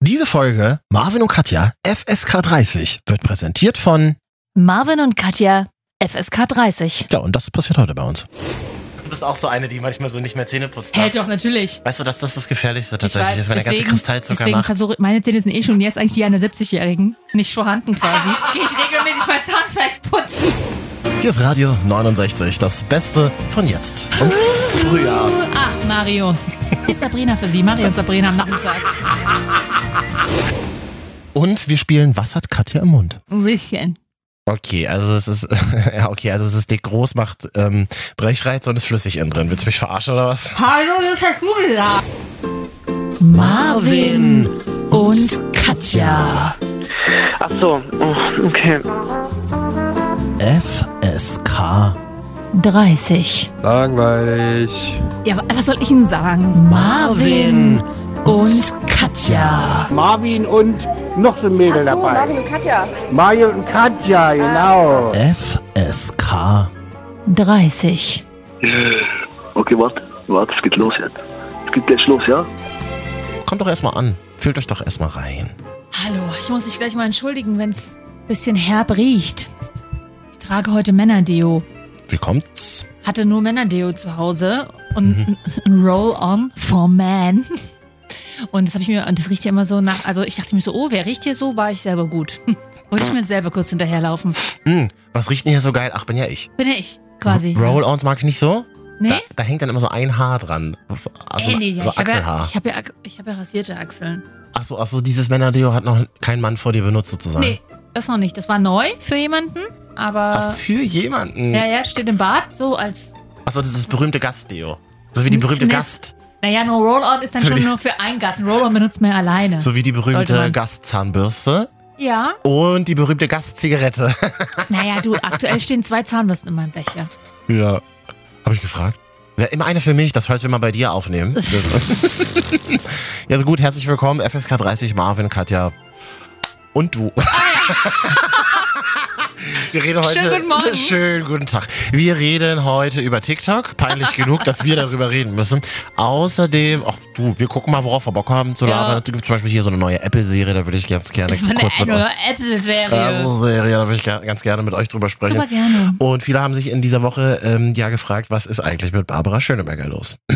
Diese Folge Marvin und Katja FSK 30 wird präsentiert von. Marvin und Katja, FSK 30. Ja, und das passiert heute bei uns. Du bist auch so eine, die manchmal so nicht mehr Zähne putzt. ne? Hält doch natürlich. Weißt du, dass das das Gefährlichste Ich tatsächlich weiß, ist, wenn der ganze deswegen- Kristallzucker Deswegen macht. versuche ich, meine Zähne sind eh schon jetzt eigentlich die einer 70-Jährigen nicht vorhanden quasi. Gehe ich regelmäßig mein Zahnfleisch putzen. Hier ist Radio 69, das Beste von jetzt. Und früher. Ach, Mario. Hier ist Sabrina für Sie. Mario und Sabrina am Nachmittag. Und wir spielen Was hat Katja im Mund? Ein bisschen. Okay, also es ist, ja, okay, also es ist dick groß, macht ähm, Brechreiz und ist flüssig innen drin. Willst du mich verarschen oder was? Hallo, das hast du gesagt. Marvin und Katja. Ach so, oh, okay. FSK 30. Langweilig. Ja, aber was soll ich Ihnen sagen? Marvin und Katja. Marvin und noch so ein Mädel Ach so, dabei. Marvin und Katja. Mario und Katja, genau. FSK 30. Okay, warte, warte, es geht los jetzt. Es geht gleich los, ja? Kommt doch erstmal an. Fühlt euch doch erstmal rein. Hallo, ich muss mich gleich mal entschuldigen, wenn es ein bisschen herb riecht. Ich trage heute Männerdeo. Wie kommt's? Hatte nur Männerdeo zu Hause und Mhm. ein Roll-on for Man. Und das habe ich mir, und das riecht ja immer so nach, also ich dachte mir so, oh, wer riecht hier so, war ich selber gut. Wollte ich mir selber kurz hinterherlaufen. Hm, was riecht denn hier so geil? Ach, bin ja ich. Bin ja ich, quasi. ne? Roll-Ons mag ich nicht so. Nee? Da, da hängt dann immer so ein Haar dran. Also, Äh, nee, ja, so ich habe ja, Achselhaar. ich hab ja, Ach- ich hab ja rasierte Achseln. Ach so, ach so, dieses Männerdeo hat noch kein Mann vor dir benutzt sozusagen. Nee, das noch nicht. Das war neu für jemanden, Ach, aber für jemanden. ja, ja, steht im Bad, so als Ach so, das ist das berühmte Gastdeo. So wie die berühmte Hm, Nee. Gast, Naja, nur Roll-On ist dann So schon die- nur für einen Gast. Ein Roll-On benutzt man ja alleine. so wie die Sollte berühmte man. Gastzahnbürste ja. und die berühmte Gastzigarette. Naja, du, aktuell stehen zwei Zahnbürsten in meinem Becher. Ja. Habe ich gefragt? Wäre immer eine für mich, das heute mal bei dir aufnehmen. ja, so gut, herzlich willkommen, FSK 30, Marvin, Katja und du. Wir reden heute. Schönen guten Morgen. Schönen guten Tag. Wir reden heute über TikTok. Peinlich genug, dass wir darüber reden müssen. Außerdem, ach du, wir gucken mal, worauf wir Bock haben zu Ja. labern. Es gibt zum Beispiel hier so eine neue Apple-Serie, da würde ich ganz gerne Das war eine kurz Ähm, mit euch. Apple-Serie. Apple-Serie, da würde ich ga- ganz gerne mit euch drüber sprechen. Super gerne. Und viele haben sich in dieser Woche ähm, ja gefragt, was ist eigentlich mit Barbara Schöneberger los?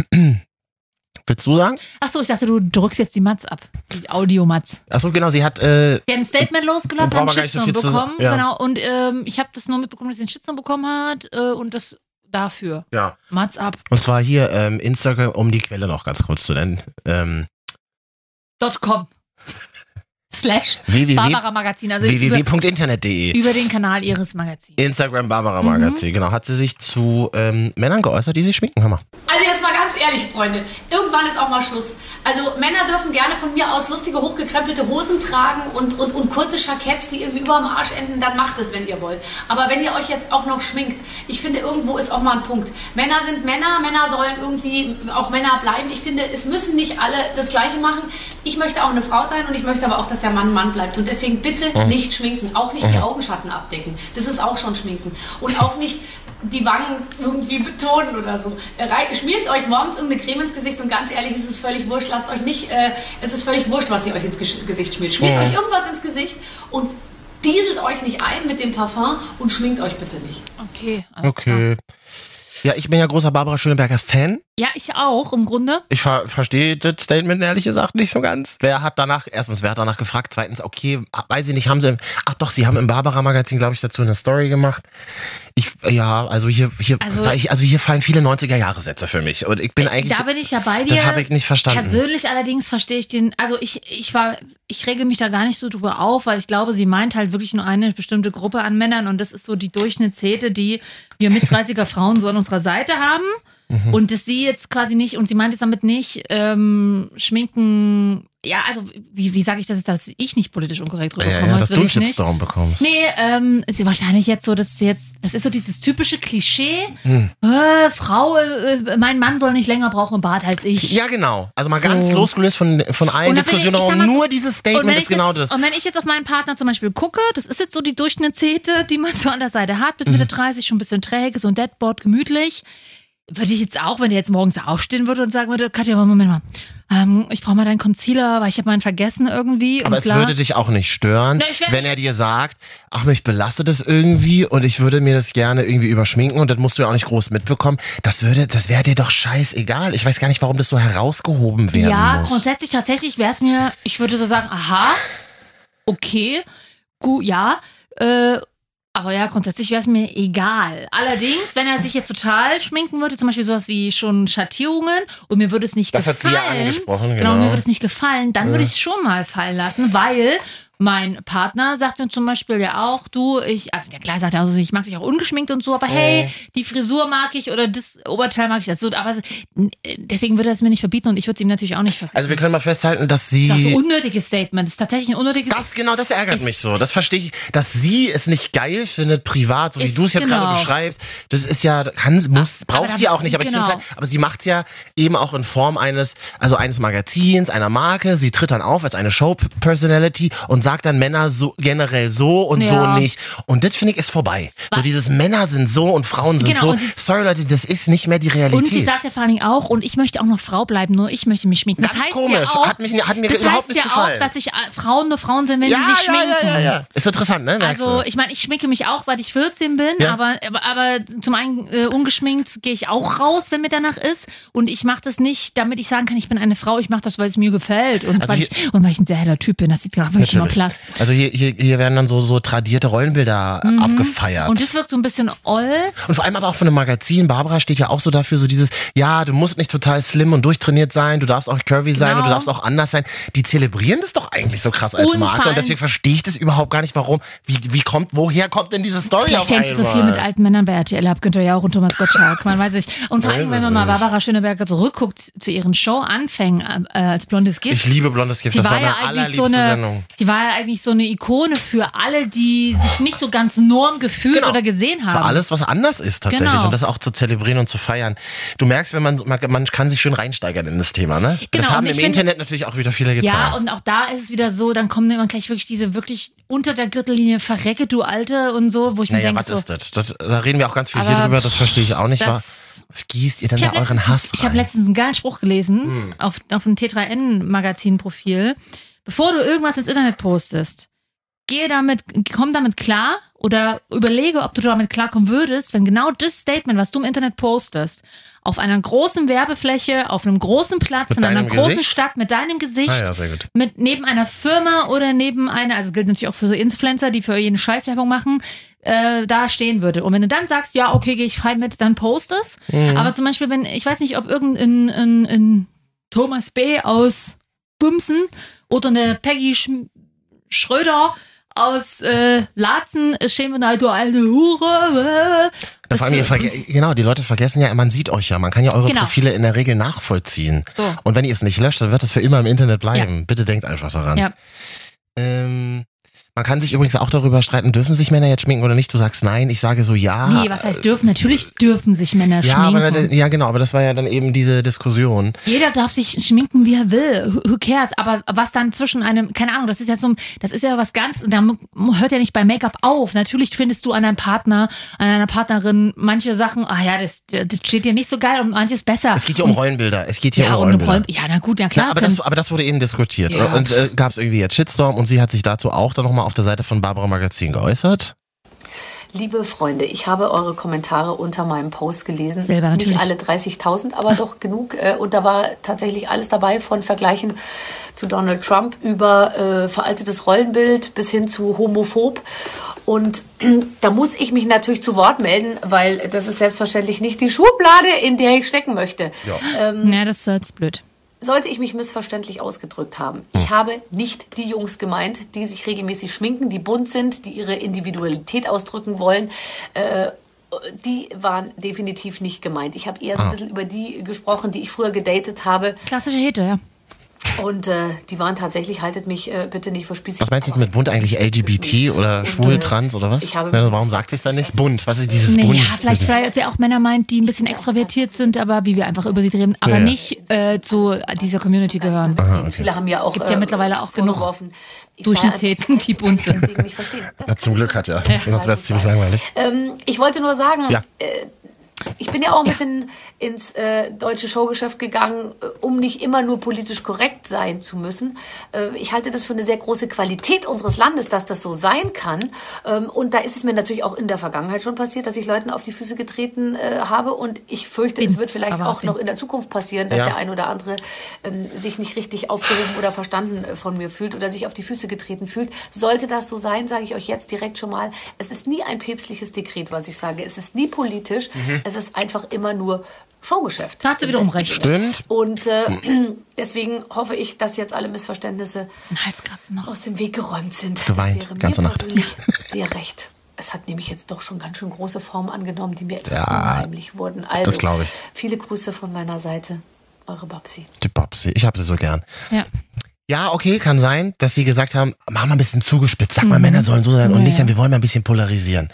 Willst du sagen? Achso, ich dachte, du drückst jetzt die Matz ab. Die Audio-Matz. Achso, genau, sie hat. Äh, Die hat ein Statement losgelassen, Brauchen hat wir gar einen nicht so Shitstorm viel zu bekommen. sagen. Ja. Genau, und ähm, ich habe das nur mitbekommen, dass sie einen Shitstorm bekommen hat äh, und das dafür. ja. Matz ab. Und zwar hier ähm, Instagram, um die Quelle noch ganz kurz zu nennen. Ähm, Dot com. Slash www. Barbara Magazin. Also über, www.internet.de über den Kanal ihres Magazins. Instagram Mhm. Barbara Magazin, genau. Hat sie sich zu ähm, Männern geäußert, die sich schminken. Hör mal. Also jetzt mal ganz ehrlich, Freunde, irgendwann ist auch mal Schluss. Also Männer dürfen gerne von mir aus lustige, hochgekrempelte Hosen tragen und, und, und kurze Jacketts, die irgendwie über dem Arsch enden, dann macht es, wenn ihr wollt. Aber wenn ihr euch jetzt auch noch schminkt, ich finde, irgendwo ist auch mal ein Punkt. Männer sind Männer, Männer sollen irgendwie auch Männer bleiben. Ich finde, es müssen nicht alle das Gleiche machen. Ich möchte auch eine Frau sein und ich möchte aber auch, dass der Mann Mann bleibt. Und deswegen bitte nicht schminken, auch nicht die Augenschatten abdecken. Das ist auch schon schminken. Und auch nicht die Wangen irgendwie betonen oder so. Äh, rei- Schmiert euch morgens irgendeine Creme ins Gesicht und ganz ehrlich, es ist völlig wurscht. Lasst euch nicht, äh, es ist völlig wurscht, was ihr euch ins Gesch- Gesicht schmiert. Schmiert euch irgendwas ins Gesicht und dieselt euch nicht ein mit dem Parfum und schminkt euch bitte nicht. Okay, alles klar. Okay. Ja, ich bin ja großer Barbara Schöneberger Fan. Ja, ich auch im Grunde. Ich ver verstehe das Statement ehrlich gesagt nicht so ganz. Wer hat danach, erstens, wer hat danach gefragt? Zweitens, okay, ah, weiß ich nicht, haben sie, im, ach doch, sie haben im Barbara-Magazin, glaube ich, dazu eine Story gemacht. Ich, ja, also hier, hier, Also- also, ich, also hier fallen viele 90er-Jahre-Sätze für mich. Und ich bin eigentlich, Äh, Da bin ich ja bei dir. das habe ich nicht verstanden. Persönlich allerdings verstehe ich den, also ich, ich war, ich rege mich da gar nicht so drüber auf, weil ich glaube, sie meint halt wirklich nur eine bestimmte Gruppe an Männern und das ist so die Durchschnittshete, die wir mit 30er Frauen so an unserer Seite haben. Mhm. Und dass sie jetzt quasi nicht, und sie meint jetzt damit nicht, ähm, schminken, ja, also wie, wie sage ich das jetzt, dass ich nicht politisch unkorrekt Ja, ja, rüberkomme? dass du das will einen ich nicht. Shitstorm bekommst. Nee, ähm, ist sie wahrscheinlich jetzt so, dass sie jetzt, das ist so dieses typische Klischee, Hm. äh, Frau, äh, mein Mann soll nicht länger brauchen im Bad als ich. Ja, genau. Also mal So. ganz losgelöst von, von allen Und da bin ich- Diskussionen, ich sag aber mal so- nur dieses Statement ich ist genau jetzt, das. und wenn ich jetzt auf meinen Partner zum Beispiel gucke, das ist jetzt so die Mhm. Durchschnittshete, die man so an der Seite hat, mit Mitte 30 schon ein bisschen träge, so ein Deadboard, gemütlich. würde ich jetzt auch, wenn ihr jetzt morgens aufstehen würde und sagen würde, Katja, Moment mal, ähm, ich brauche mal deinen Concealer, weil ich habe meinen vergessen irgendwie. Aber und es würde dich auch nicht stören, Na, ich wär- wenn er dir sagt, ach, mich belastet das irgendwie und ich würde mir das gerne irgendwie überschminken und das musst du ja auch nicht groß mitbekommen. Das würde, das wäre dir doch scheißegal. Ich weiß gar nicht, warum das so herausgehoben werden ja, muss. grundsätzlich tatsächlich wäre es mir, ich würde so sagen, aha, okay, gut, ja, äh, aber ja, grundsätzlich wäre es mir egal. Allerdings, wenn er sich jetzt total schminken würde, zum Beispiel sowas wie schon Schattierungen und mir würde es nicht Das hat sie gefallen. ja angesprochen, Genau, genau. mir würde es nicht gefallen, dann würde ich es schon mal fallen lassen, weil mein Partner sagt mir zum Beispiel ja auch, du, ich, also ja klar sagt er, also ich mag dich auch ungeschminkt und so, aber hey, die Frisur mag ich oder das Oberteil mag ich, das so, aber es- deswegen würde er es mir nicht verbieten und ich würde es ihm natürlich auch nicht verbieten. also wir können mal festhalten, dass das ist auch so ein sie. unnötiges Statement, das ist tatsächlich ein unnötiges Das genau, das ärgert Ist- mich so. Das verstehe ich, dass sie es nicht geil findet privat, so wie Ist- du es jetzt genau. gerade beschreibst. Das ist ja kann muss aber braucht dann- sie ja auch nicht, aber ich genau. finde halt, aber sie macht's ja eben auch in Form eines also eines Magazins, einer Marke, sie tritt dann auf als eine Show Personality und sagt dann Männer so generell so und Ja. so nicht und das finde ich ist vorbei. So dieses Männer sind so und Frauen sind Genau, so. und sie- Sorry Leute, das ist nicht mehr die Realität. und sie sagt ja vor allen Dingen auch, und ich möchte auch noch Frau bleiben, nur ich möchte mich schminken. Das Ganz heißt ja komisch. auch, Hat mich- hat mir das überhaupt heißt nicht ja auch, gefallen. dass sich äh, Frauen nur Frauen sind, wenn ja, sie sich ja, schminken. ja, ja, ja. Ist interessant, ne? Merkst Also du? ich meine, ich schminke mich auch, seit ich 14 bin, Ja. aber, aber, aber zum einen äh, ungeschminkt gehe ich auch raus, wenn mir danach ist. Und ich mache das nicht, damit ich sagen kann, ich bin eine Frau, ich mache das, weil es mir gefällt und, Also weil, hier- ich, und weil ich ein sehr heller Typ bin. Das sieht gerade wirklich immer Natürlich. klasse. Also hier, hier, hier werden dann so, so tradierte Rollenbilder abgefeiert. Mhm. Und, Und das wirkt so ein bisschen oll. vor allem aber auch von einem Magazin. Barbara steht ja auch so dafür, so dieses, ja, du musst nicht total slim und durchtrainiert sein, du darfst auch curvy sein Genau. und du darfst auch anders sein. Die zelebrieren das doch eigentlich so krass als Und vor Marke. allem- Und deswegen verstehe ich das überhaupt gar nicht, warum. Wie, wie kommt, woher kommt denn diese Story Vielleicht Oh, auf hängt so einmal? viel mit alten Männern bei RTL ab, Günther Jauch und Thomas Gottschalk, man weiß es nicht. Und vor Weiß allem, wenn es man mal nicht. Barbara Schöneberger zurückguckt zu ihren Show-Anfängen äh, als blondes Gift. ich liebe blondes Gift, Sie das war war ja meine eigentlich allerliebste so eine, Sendung. sie war ja eigentlich so eine Ikone für alle, die sich nicht so ganz norm gefühlt Genau. oder gesehen haben. Für alles, was anders ist tatsächlich. Genau. Und das auch zu zelebrieren und zu feiern. Du merkst, wenn man, man, man kann sich schön reinsteigern in das Thema, ne? Genau, das und haben ich im finde- Internet natürlich auch wieder viele getan. Ja, und auch da ist es wieder so, dann kommen immer gleich wirklich diese wirklich unter der Gürtellinie verrecke du Alte und so, wo ich mir Naja, denke, was so, ist das? das? Da reden wir auch ganz viel hier Aber drüber, das verstehe ich auch nicht. wa? das- Was gießt ihr denn Ich da hab euren letztens- Hass Hm. Ich habe rein? letztens einen geilen Spruch gelesen auf, auf dem T3N-Magazin-Profil. Bevor du irgendwas ins Internet postest, gehe damit, komm damit klar oder überlege, ob du damit klarkommen würdest, wenn genau das Statement, was du im Internet postest, auf einer großen Werbefläche, auf einem großen Platz, Mit in einer deinem großen Gesicht? Stadt mit deinem Gesicht, Ah ja, sehr gut. mit neben einer Firma oder neben einer, also gilt natürlich auch für so Influencer, die für jeden Scheiß Werbung machen, äh, da stehen würde. Und wenn du dann sagst, ja, okay, gehe ich frei mit, dann post es. Mhm. Aber zum Beispiel, wenn, ich weiß nicht, ob irgendein ein, ein Thomas B. aus Bumsen oder eine Peggy Sch Schröder aus äh, Latzen äh, stehen würden, halt, du alte Hure. äh, Da vor allem, ihr das- verge- genau, die Leute vergessen ja, man sieht euch ja. Man kann ja eure Genau. Profile in der Regel nachvollziehen. So. Und wenn ihr es nicht löscht, dann wird es für immer im Internet bleiben. Bitte denkt einfach daran. Ja. Ähm, man kann sich übrigens auch darüber streiten, dürfen sich Männer jetzt schminken oder nicht? Du sagst nein, ich sage so ja. Nee, was heißt dürfen? Natürlich dürfen sich Männer Ah. ja, schminken. aber, ja, genau, aber das war ja dann eben diese Diskussion. Jeder darf sich schminken, wie er will. Who- Who cares? Aber was dann zwischen einem, keine Ahnung, das ist ja so, ein- das ist ja was ganz, da mu- hört ja nicht bei Make-up auf. Natürlich findest du an deinem Partner, an deiner Partnerin manche Sachen, ah ja, das, das steht dir nicht so geil und manches besser. Es geht hier um Rollenbilder. Es geht hier ja, um und Rollenbilder. Roll- ja, na gut, ja klar. Ja, aber, können- das, aber das wurde eben diskutiert. Ja. Und äh, gab es irgendwie jetzt Shitstorm und sie hat sich dazu auch dann nochmal auf der Seite von Barbara Magazin geäußert. Liebe Freunde, ich habe eure Kommentare unter meinem Post gelesen. Selber natürlich. Nicht alle 30.000, aber doch genug. Äh, Und da war tatsächlich alles dabei, von Vergleichen zu Donald Trump über äh, veraltetes Rollenbild bis hin zu homophob. Und da muss ich mich natürlich zu Wort melden, weil das ist selbstverständlich nicht die Schublade, in der ich stecken möchte. ja, das ist jetzt blöd. Sollte ich mich missverständlich ausgedrückt haben. Hm. Ich habe nicht die Jungs gemeint, die sich regelmäßig schminken, die bunt sind, die ihre Individualität ausdrücken wollen. Äh, die waren definitiv nicht gemeint. Ich habe eher Ah. so ein bisschen über die gesprochen, die ich früher gedatet habe. Klassische Hete, ja. Und äh, die waren tatsächlich, haltet mich äh, bitte nicht für spießig. Was meinst du jetzt mit bunt eigentlich? LGBT oder Und, schwul, äh, trans oder was? Ich habe Na, warum sagt sie es dann nicht? Bunt, was ist dieses Nee, bunt? ja, vielleicht, Dieses- weil sie auch Männer meint, die ein bisschen extrovertiert sind, aber wie wir einfach über sie reden, aber Ja, ja. nicht äh, zu dieser Community gehören. Viele haben ja auch. äh, Gibt ja mittlerweile auch genug vorgeworfen, ich sei Durchschnittsheten, die bunt sind. deswegen nicht verstehen. Das Ja, zum Glück hat er. kann Sonst wäre es ziemlich langweilig. Ähm, ich wollte nur sagen, Ja. äh, Ich bin ja auch ein bisschen ins äh, deutsche Showgeschäft gegangen, äh, um nicht immer nur politisch korrekt sein zu müssen. Äh, ich halte das für eine sehr große Qualität unseres Landes, dass das so sein kann. Ähm, und da ist es mir natürlich auch in der Vergangenheit schon passiert, dass ich Leuten auf die Füße getreten äh, habe. Und ich fürchte, Bin, es wird vielleicht aber auch bin. noch in der Zukunft passieren, dass Ja. der ein oder andere ähm, sich nicht richtig aufgehoben oder verstanden äh, von mir fühlt oder sich auf die Füße getreten fühlt. Sollte das so sein, sage ich euch jetzt direkt schon mal, es ist nie ein päpstliches Dekret, was ich sage. Es ist nie politisch. Mhm. Es ist einfach immer nur Showgeschäft. Da hat sie wiederum Im besten recht. Sinne. Stimmt. Und äh, deswegen hoffe ich, dass jetzt alle Missverständnisse Ein Halskratzen noch. aus dem Weg geräumt sind. Geweint, das wäre ganze mir Nacht. persönlich Sehr recht. Es hat nämlich jetzt doch schon ganz schön große Formen angenommen, die mir etwas Ja, unheimlich wurden. Also, das glaub ich. Viele Grüße von meiner Seite. Eure Babsi. Die Babsi, ich hab sie so gern. Ja. Ja, okay, kann sein, dass sie gesagt haben, mach mal ein bisschen zugespitzt, sag mal, Mhm. Männer sollen so sein und Ja, nicht ja. sein, wir wollen mal ein bisschen polarisieren.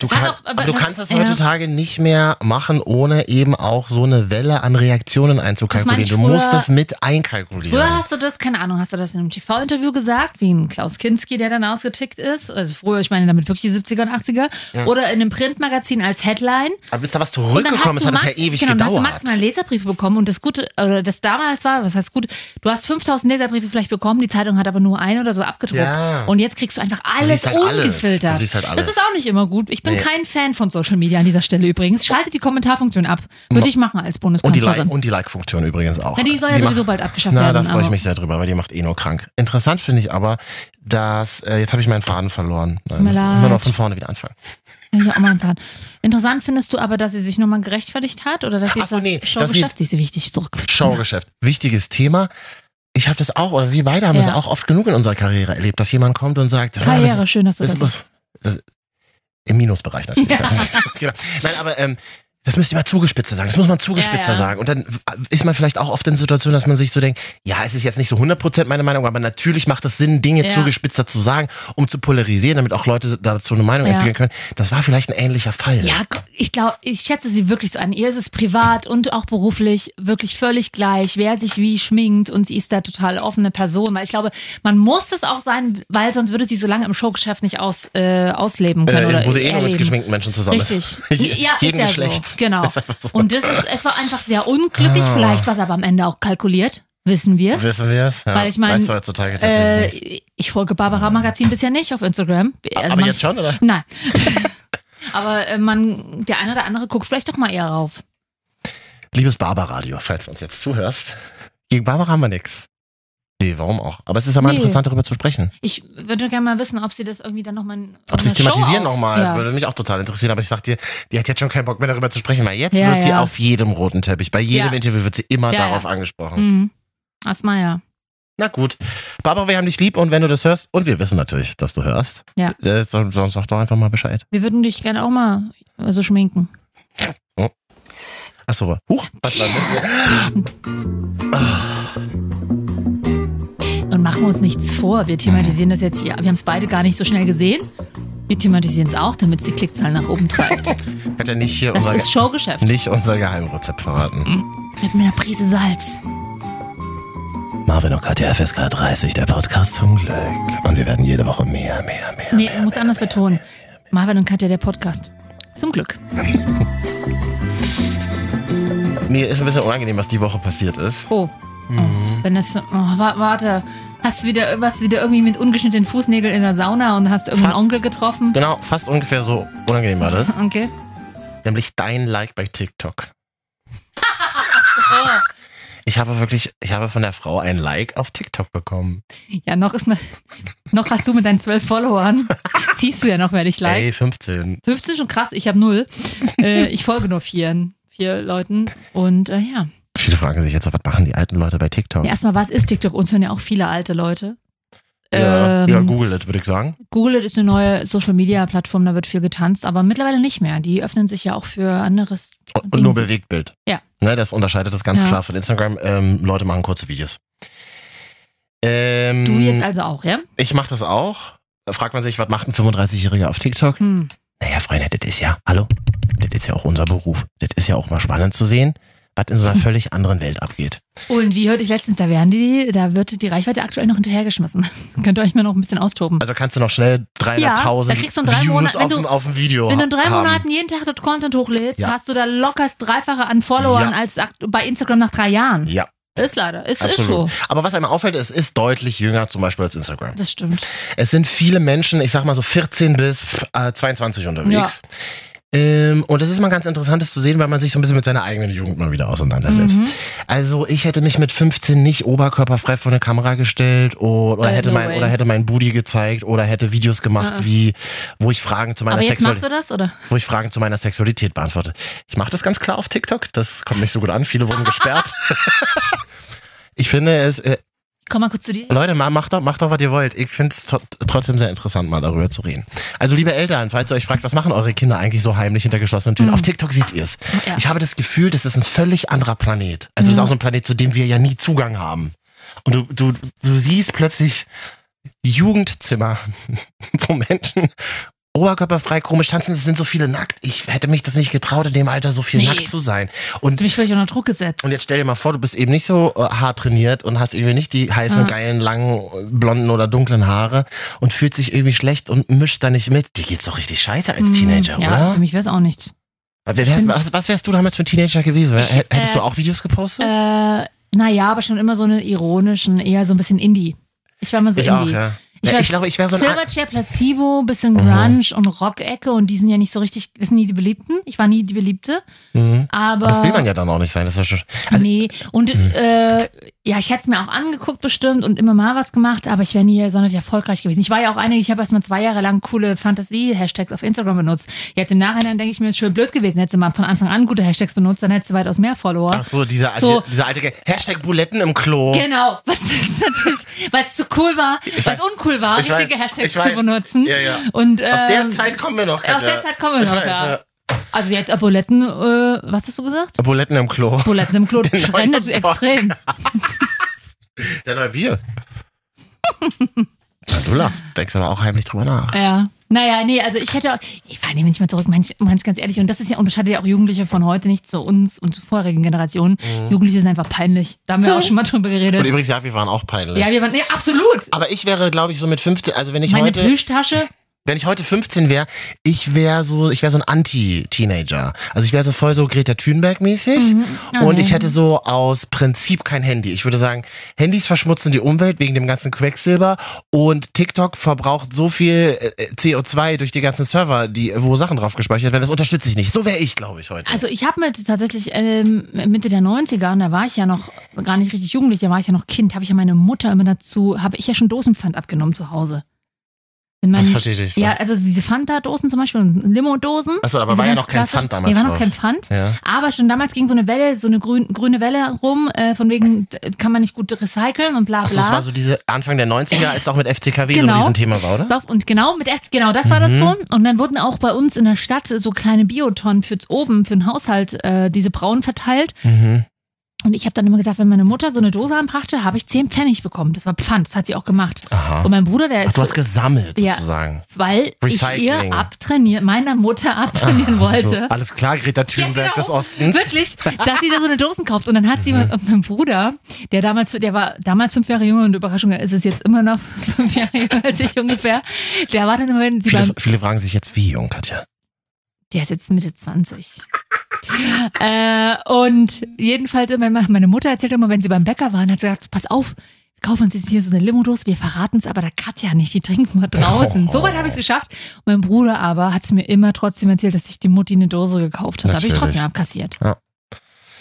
Du, Das hat kann, doch- aber aber du das- kannst das ja. heutzutage nicht mehr machen, ohne eben auch so eine Welle an Reaktionen meine einzukalkulieren. ich Du musst früher- es mit einkalkulieren. Früher hast du das, keine Ahnung, hast du das in einem TV-Interview gesagt, wie ein Klaus Kinski, der dann ausgetickt ist. Also früher, ich meine damit wirklich die 70er und 80er. Ja. Oder in einem Printmagazin als Headline. aber bis da was Und dann zurückgekommen ist, hast du hat es ja max- ewig genau, dann gedauert. Hast du maximal Leserbriefe bekommen und das Gute, oder das damals war, was heißt gut, du hast 5000 Leserbriefe vielleicht bekommen, die Zeitung hat aber nur ein oder so abgedruckt. Ja. Und jetzt kriegst du einfach alles siehst halt alles. ungefiltert. Du siehst halt alles. Das ist auch nicht immer gut. Ich bin Nee. kein Fan von Social Media an dieser Stelle übrigens. Schaltet die Kommentarfunktion ab. Würde ich machen und als die, Bundeskanzlerin. Like- und die Like-Funktion übrigens auch. Ja, die soll ja sowieso bald abgeschafft na, werden, Da freue ich aber- mich sehr drüber, weil die macht eh nur krank. Interessant finde ich aber, dass, äh, jetzt habe ich meinen Faden verloren. Nein, mir ich- leid. immer noch von vorne wieder anfangen. Kann ich auch mal anfahren. Interessant findest du aber, dass sie sich nochmal gerechtfertigt hat oder dass sie Ach so, sagt, nee, dass sie- Showgeschäft, sie ist wichtig zurück. Showgeschäft. Wichtiges Thema. Ich habe das auch, oder wir beide haben Ja. das auch oft genug in unserer Karriere erlebt, dass jemand kommt und sagt, "Ah, Karriere, schön, dass du das, das das muss. Das, Im Minusbereich natürlich. Ja. genau. Nein, aber ähm, das müsst ihr mal zugespitzer sagen. Das muss man zugespitzer Ja, ja. sagen. Und dann ist man vielleicht auch oft in Situationen, dass man sich so denkt, ja, es ist jetzt nicht so 100% meine Meinung, aber natürlich macht es Sinn, Dinge Ja. zugespitzer zu sagen, um zu polarisieren, damit auch Leute dazu eine Meinung Ja. entwickeln können. Das war vielleicht ein ähnlicher Fall. Ja, gu- ich glaube, ich schätze sie wirklich so an. Ihr ist es privat und auch beruflich wirklich völlig gleich, wer sich wie schminkt und sie ist da total offene Person. Weil ich glaube, man muss es auch sein, weil sonst würde sie so lange im Showgeschäft nicht aus, äh, ausleben können. Äh, oder wo sie eh nur mit erleben. geschminkten Menschen zusammen Richtig. ist. Je- Ja, Jeden ist ja Geschlechts. so. Genau. Ist einfach so. Und das ist, es war einfach sehr unglücklich, Ah. vielleicht was aber am Ende auch kalkuliert. Wissen wir es. Wissen wir es? Ja. Weil ich mein, weißt du heutzutage tatsächlich nicht. Äh, ich folge Barbara Magazin bisher nicht auf Instagram. Also Aber man- jetzt schon, oder? Nein. Aber äh, man, der eine oder andere guckt vielleicht doch mal eher rauf. Liebes Barbaradio, falls du uns jetzt zuhörst. Gegen Barbara haben wir nichts. Nee, warum auch? Aber es ist ja mal Nee. interessant, darüber zu sprechen. Ich würde gerne mal wissen, ob sie das irgendwie dann nochmal. Ob sie es thematisieren nochmal, Ja. würde mich auch total interessieren. Aber ich sag dir, die hat jetzt schon keinen Bock mehr darüber zu sprechen, weil jetzt Ja, wird sie ja. auf jedem roten Teppich, bei jedem Ja. Interview wird sie immer Ja, darauf ja. angesprochen. Mhm. Asma, ja. Na gut. Barbara, wir haben dich lieb und wenn du das hörst, und wir wissen natürlich, dass du hörst, Ja. äh, sonst sonst sag doch einfach mal Bescheid. Wir würden dich gerne auch mal äh, so schminken. Achso, huch, was war das? Und machen wir uns nichts vor. Wir thematisieren das jetzt hier. Wir haben es beide gar nicht so schnell gesehen. Wir thematisieren es auch, damit es die Klickzahlen nach oben treibt. Hat er nicht hier Das unser, ist Showgeschäft. nicht unser Geheimrezept verraten. Mit einer Prise Salz. Marvin Ockert, der FSK 30, der Podcast zum Glück. Und wir werden jede Woche mehr, mehr, mehr. Nee, muss anders betonen. Marvin und Katja, der Podcast. Zum Glück. Mir ist ein bisschen unangenehm, was die Woche passiert ist. Oh. Mhm. oh wenn das. Oh, wa- warte. Hast du wieder, warst du wieder irgendwie mit ungeschnittenen Fußnägeln in der Sauna und hast irgendeinen Fast. Onkel getroffen? Genau, fast ungefähr so unangenehm war das. Okay. Nämlich dein Like bei TikTok. Oh. Ich habe wirklich, ich habe von der Frau ein Like auf TikTok bekommen. Ja, noch ist man, noch hast du mit deinen zwölf Followern. Siehst du ja noch, wer dich liked. Ey, 15. 15 schon krass, ich habe null. äh, ich folge nur vier, vier Leuten. Und äh, ja. Viele fragen sich jetzt, so, was machen die alten Leute bei TikTok? ja. Erstmal, was ist TikTok? Uns hören ja auch viele alte Leute. ja, Ähm, ja Google it, würde ich sagen. Google It ist eine neue Social-Media-Plattform, da wird viel getanzt, aber mittlerweile nicht mehr. Die öffnen sich ja auch für anderes. Und, und nur Dings. Bewegtbild. Ja. Ne, das unterscheidet das ganz Ja. klar von Instagram. Ähm, Leute machen kurze Videos. Ähm, Du jetzt also auch, ja? Ich mache das auch. Da fragt man sich, was macht ein 35-Jähriger auf TikTok? Hm. Naja, Freunde, das ist ja, hallo, das ist ja auch unser Beruf. Das ist ja auch mal spannend zu sehen, was in so einer völlig anderen Welt abgeht. Und wie hörte ich letztens, da werden die, da wird die Reichweite aktuell noch hinterhergeschmissen. Könnt ihr euch mal noch ein bisschen austoben. Also kannst du noch schnell 300.000 da kriegst du in drei Views Monaten- wenn auf, du- dem, auf dem Video Wenn du in drei Also haben. Monaten jeden Tag dort Content hochlädst, Ja. hast du da lockerst dreifache an Followern Ja. als akt- bei Instagram nach drei Jahren. Ja, Ist leider. Ist, ist so. absolut. Aber was einem auffällt, es ist deutlich jünger zum Beispiel als Instagram. Das stimmt. Es sind viele Menschen, ich sag mal so 14 bis äh, 22 unterwegs. Ähm, und das ist mal ganz interessant, das zu sehen, weil man sich so ein bisschen mit seiner eigenen Jugend mal wieder auseinandersetzt. Mhm. Also ich hätte mich mit 15 nicht oberkörperfrei vor eine Kamera gestellt oder, oder, Äh, hätte, no mein, way. oder hätte mein Booty gezeigt oder hätte Videos gemacht, Ah. wie wo ich Fragen zu meiner Aber jetzt machst Sexualität du das, oder? wo ich Fragen zu meiner Sexualität beantworte. Ich mache das ganz klar auf TikTok, das kommt nicht so gut an, viele wurden gesperrt. ich finde es, äh, Komm mal kurz zu dir. Leute, ma- macht doch, macht doch, was ihr wollt. Ich finde es trotzdem sehr interessant, mal darüber zu reden. Also, liebe Eltern, falls ihr euch fragt, was machen eure Kinder eigentlich so heimlich hinter geschlossenen Türen? Mhm. Auf TikTok seht ihr es. Ja. Mhm. Ich habe das Gefühl, das ist ein völlig anderer Planet. Also, das ist Ja. auch so ein Planet, zu dem wir ja nie Zugang haben. Und du, du, du siehst plötzlich Jugendzimmer, wo Menschen oberkörperfrei komisch tanzen. Es sind so viele nackt. Ich hätte mich das nicht getraut, in dem Alter so viel Nee. nackt zu sein. Und Du mich völlig unter Druck gesetzt. und jetzt stell dir mal vor, du bist eben nicht so äh, hart trainiert und hast irgendwie nicht die heißen, Ja. geilen, langen, äh, blonden oder dunklen Haare und fühlst dich irgendwie schlecht und mischst da nicht mit. Dir geht's doch richtig scheiße als Hm, Teenager, ja, oder? Für mich wäre es auch nicht. Wer- wer- was, was wärst du damals für ein Teenager gewesen? Ich, Hä- Hättest äh, du auch Videos gepostet? Äh, naja, aber schon immer so eine ironischen, eher so ein bisschen Indie. Ich war mal so ich auch, Indie. ja. Ich, Ich, ja, war ich glaube, ich wäre so ein... An- Silverchair, Placebo, bisschen Mhm. Grunge und Rock-Ecke und die sind ja nicht so richtig, das sind nie die Beliebten. Ich war nie die Beliebte, Mhm. aber. Aber das will man ja dann auch nicht sein. Das ist ja schon, also, nee, und äh, ja, ich hätte es mir auch angeguckt bestimmt und immer mal was gemacht, aber ich wäre nie sonderlich erfolgreich gewesen. Ich war ja auch eine, ich habe erst mal zwei Jahre lang coole Fantasie-Hashtags auf Instagram benutzt. Jetzt im Nachhinein denke ich mir, ist schön blöd gewesen. Hättest du mal von Anfang an gute Hashtags benutzt, dann hättest du weitaus mehr Follower. Ach so, dieser, alte- So. dieser alte... Ge- Hashtag Buletten im Klo. Genau, was ist natürlich, weil es zu cool war, Ich weil es weiß, uncool war, ich richtige weiß, Hashtags ich weiß. zu benutzen. Ja, ja. Und, Aus der ähm, Zeit kommen wir noch, Katja. aus der Zeit kommen wir Ich noch, weiß, ja. ja. Also jetzt Abuletten, äh, was hast du gesagt? Buletten im Klo. Abuletten im Klo Der neue trendet extrem. Der neue Wir. ja, du lachst. Denkst aber auch heimlich drüber nach. Ja. Naja, nee, also ich hätte, auch- ich war nämlich mal zurück, manch, manch ganz ehrlich, und das ist ja, unterscheidet ja auch Jugendliche von heute nicht zu uns und zu vorherigen Generationen. Mhm. Jugendliche sind einfach peinlich. Da haben wir auch schon mal drüber Und geredet. übrigens, ja, wir waren auch peinlich. Ja, wir waren, nee, absolut. aber ich wäre, glaube ich, so mit 15, also wenn ich Meine heute, Plüschtasche, wenn ich heute 15 wäre, ich wäre so, ich wäre so ein Anti-Teenager. Also ich wäre so voll so Greta Thunberg-mäßig. Ah, Und nee. ich hätte so aus Prinzip kein Handy. Ich würde sagen, Handys verschmutzen die Umwelt wegen dem ganzen Quecksilber und TikTok verbraucht so viel äh, CO2 durch die ganzen Server, die, wo Sachen drauf gespeichert werden. Das unterstütze ich nicht. So wäre ich, glaube ich, heute. Also ich habe mit tatsächlich ähm, Mitte der 90er, und da war ich ja noch gar nicht richtig jugendlich, da war ich ja noch Kind, habe ich ja meine Mutter immer dazu, habe ich ja schon Dosenpfand abgenommen zu Hause. Wenn man- das verstehe ich. ja, also diese Fanta-Dosen zum Beispiel und Limo-Dosen. Achso, aber diese war ja ganz noch kein klassisch- Pfand damals Nee, war noch drauf. kein Pfand. Ja. Aber schon damals ging so eine Welle, so eine grün, grüne Welle rum, äh, von wegen äh, kann man nicht gut recyceln und bla bla. Achso, das war so ne? diese Anfang der 90er, als auch mit FCKW so Genau. ein Riesenthema war, oder? So, und genau, mit F genau, das war Mhm. das so. Und dann wurden auch bei uns in der Stadt so kleine Biotonnen für oben, für den Haushalt, äh, diese Braun verteilt. Mhm. Und ich habe dann immer gesagt, wenn meine Mutter so eine Dose anbrachte, habe ich 10 Pfennig bekommen. Das war Pfand, das hat sie auch gemacht. Aha. Und mein Bruder, der Ach, ist, du hast gesammelt Ja. sozusagen. weil ich Recycling. ihr abtrainieren, meiner Mutter abtrainieren Ach wollte. So, alles klar, Greta Thunberg Ja, genau. des Ostens. Wirklich, dass sie da so eine Dosen kauft. Und dann hat sie Mhm. mit meinem Bruder, der damals, der war damals fünf Jahre jünger und Überraschung, er ist es jetzt immer noch fünf Jahre jünger als ich ungefähr. Der war dann immer, wenn sie Äh, beim, Viele, viele fragen sich jetzt, wie jung, Katja? Der ist jetzt Mitte 20. äh, und jedenfalls immer, meine Mutter erzählt immer, wenn sie beim Bäcker waren, hat sie gesagt, pass auf, wir kaufen uns jetzt hier so eine Limonose, wir verraten es aber der Katja nicht, die trinken wir Oh. draußen. Soweit habe ich es geschafft. Mein Bruder aber hat es mir immer trotzdem erzählt, dass sich die Mutti eine Dose gekauft hat. Da habe ich Natürlich. trotzdem abkassiert. Ja.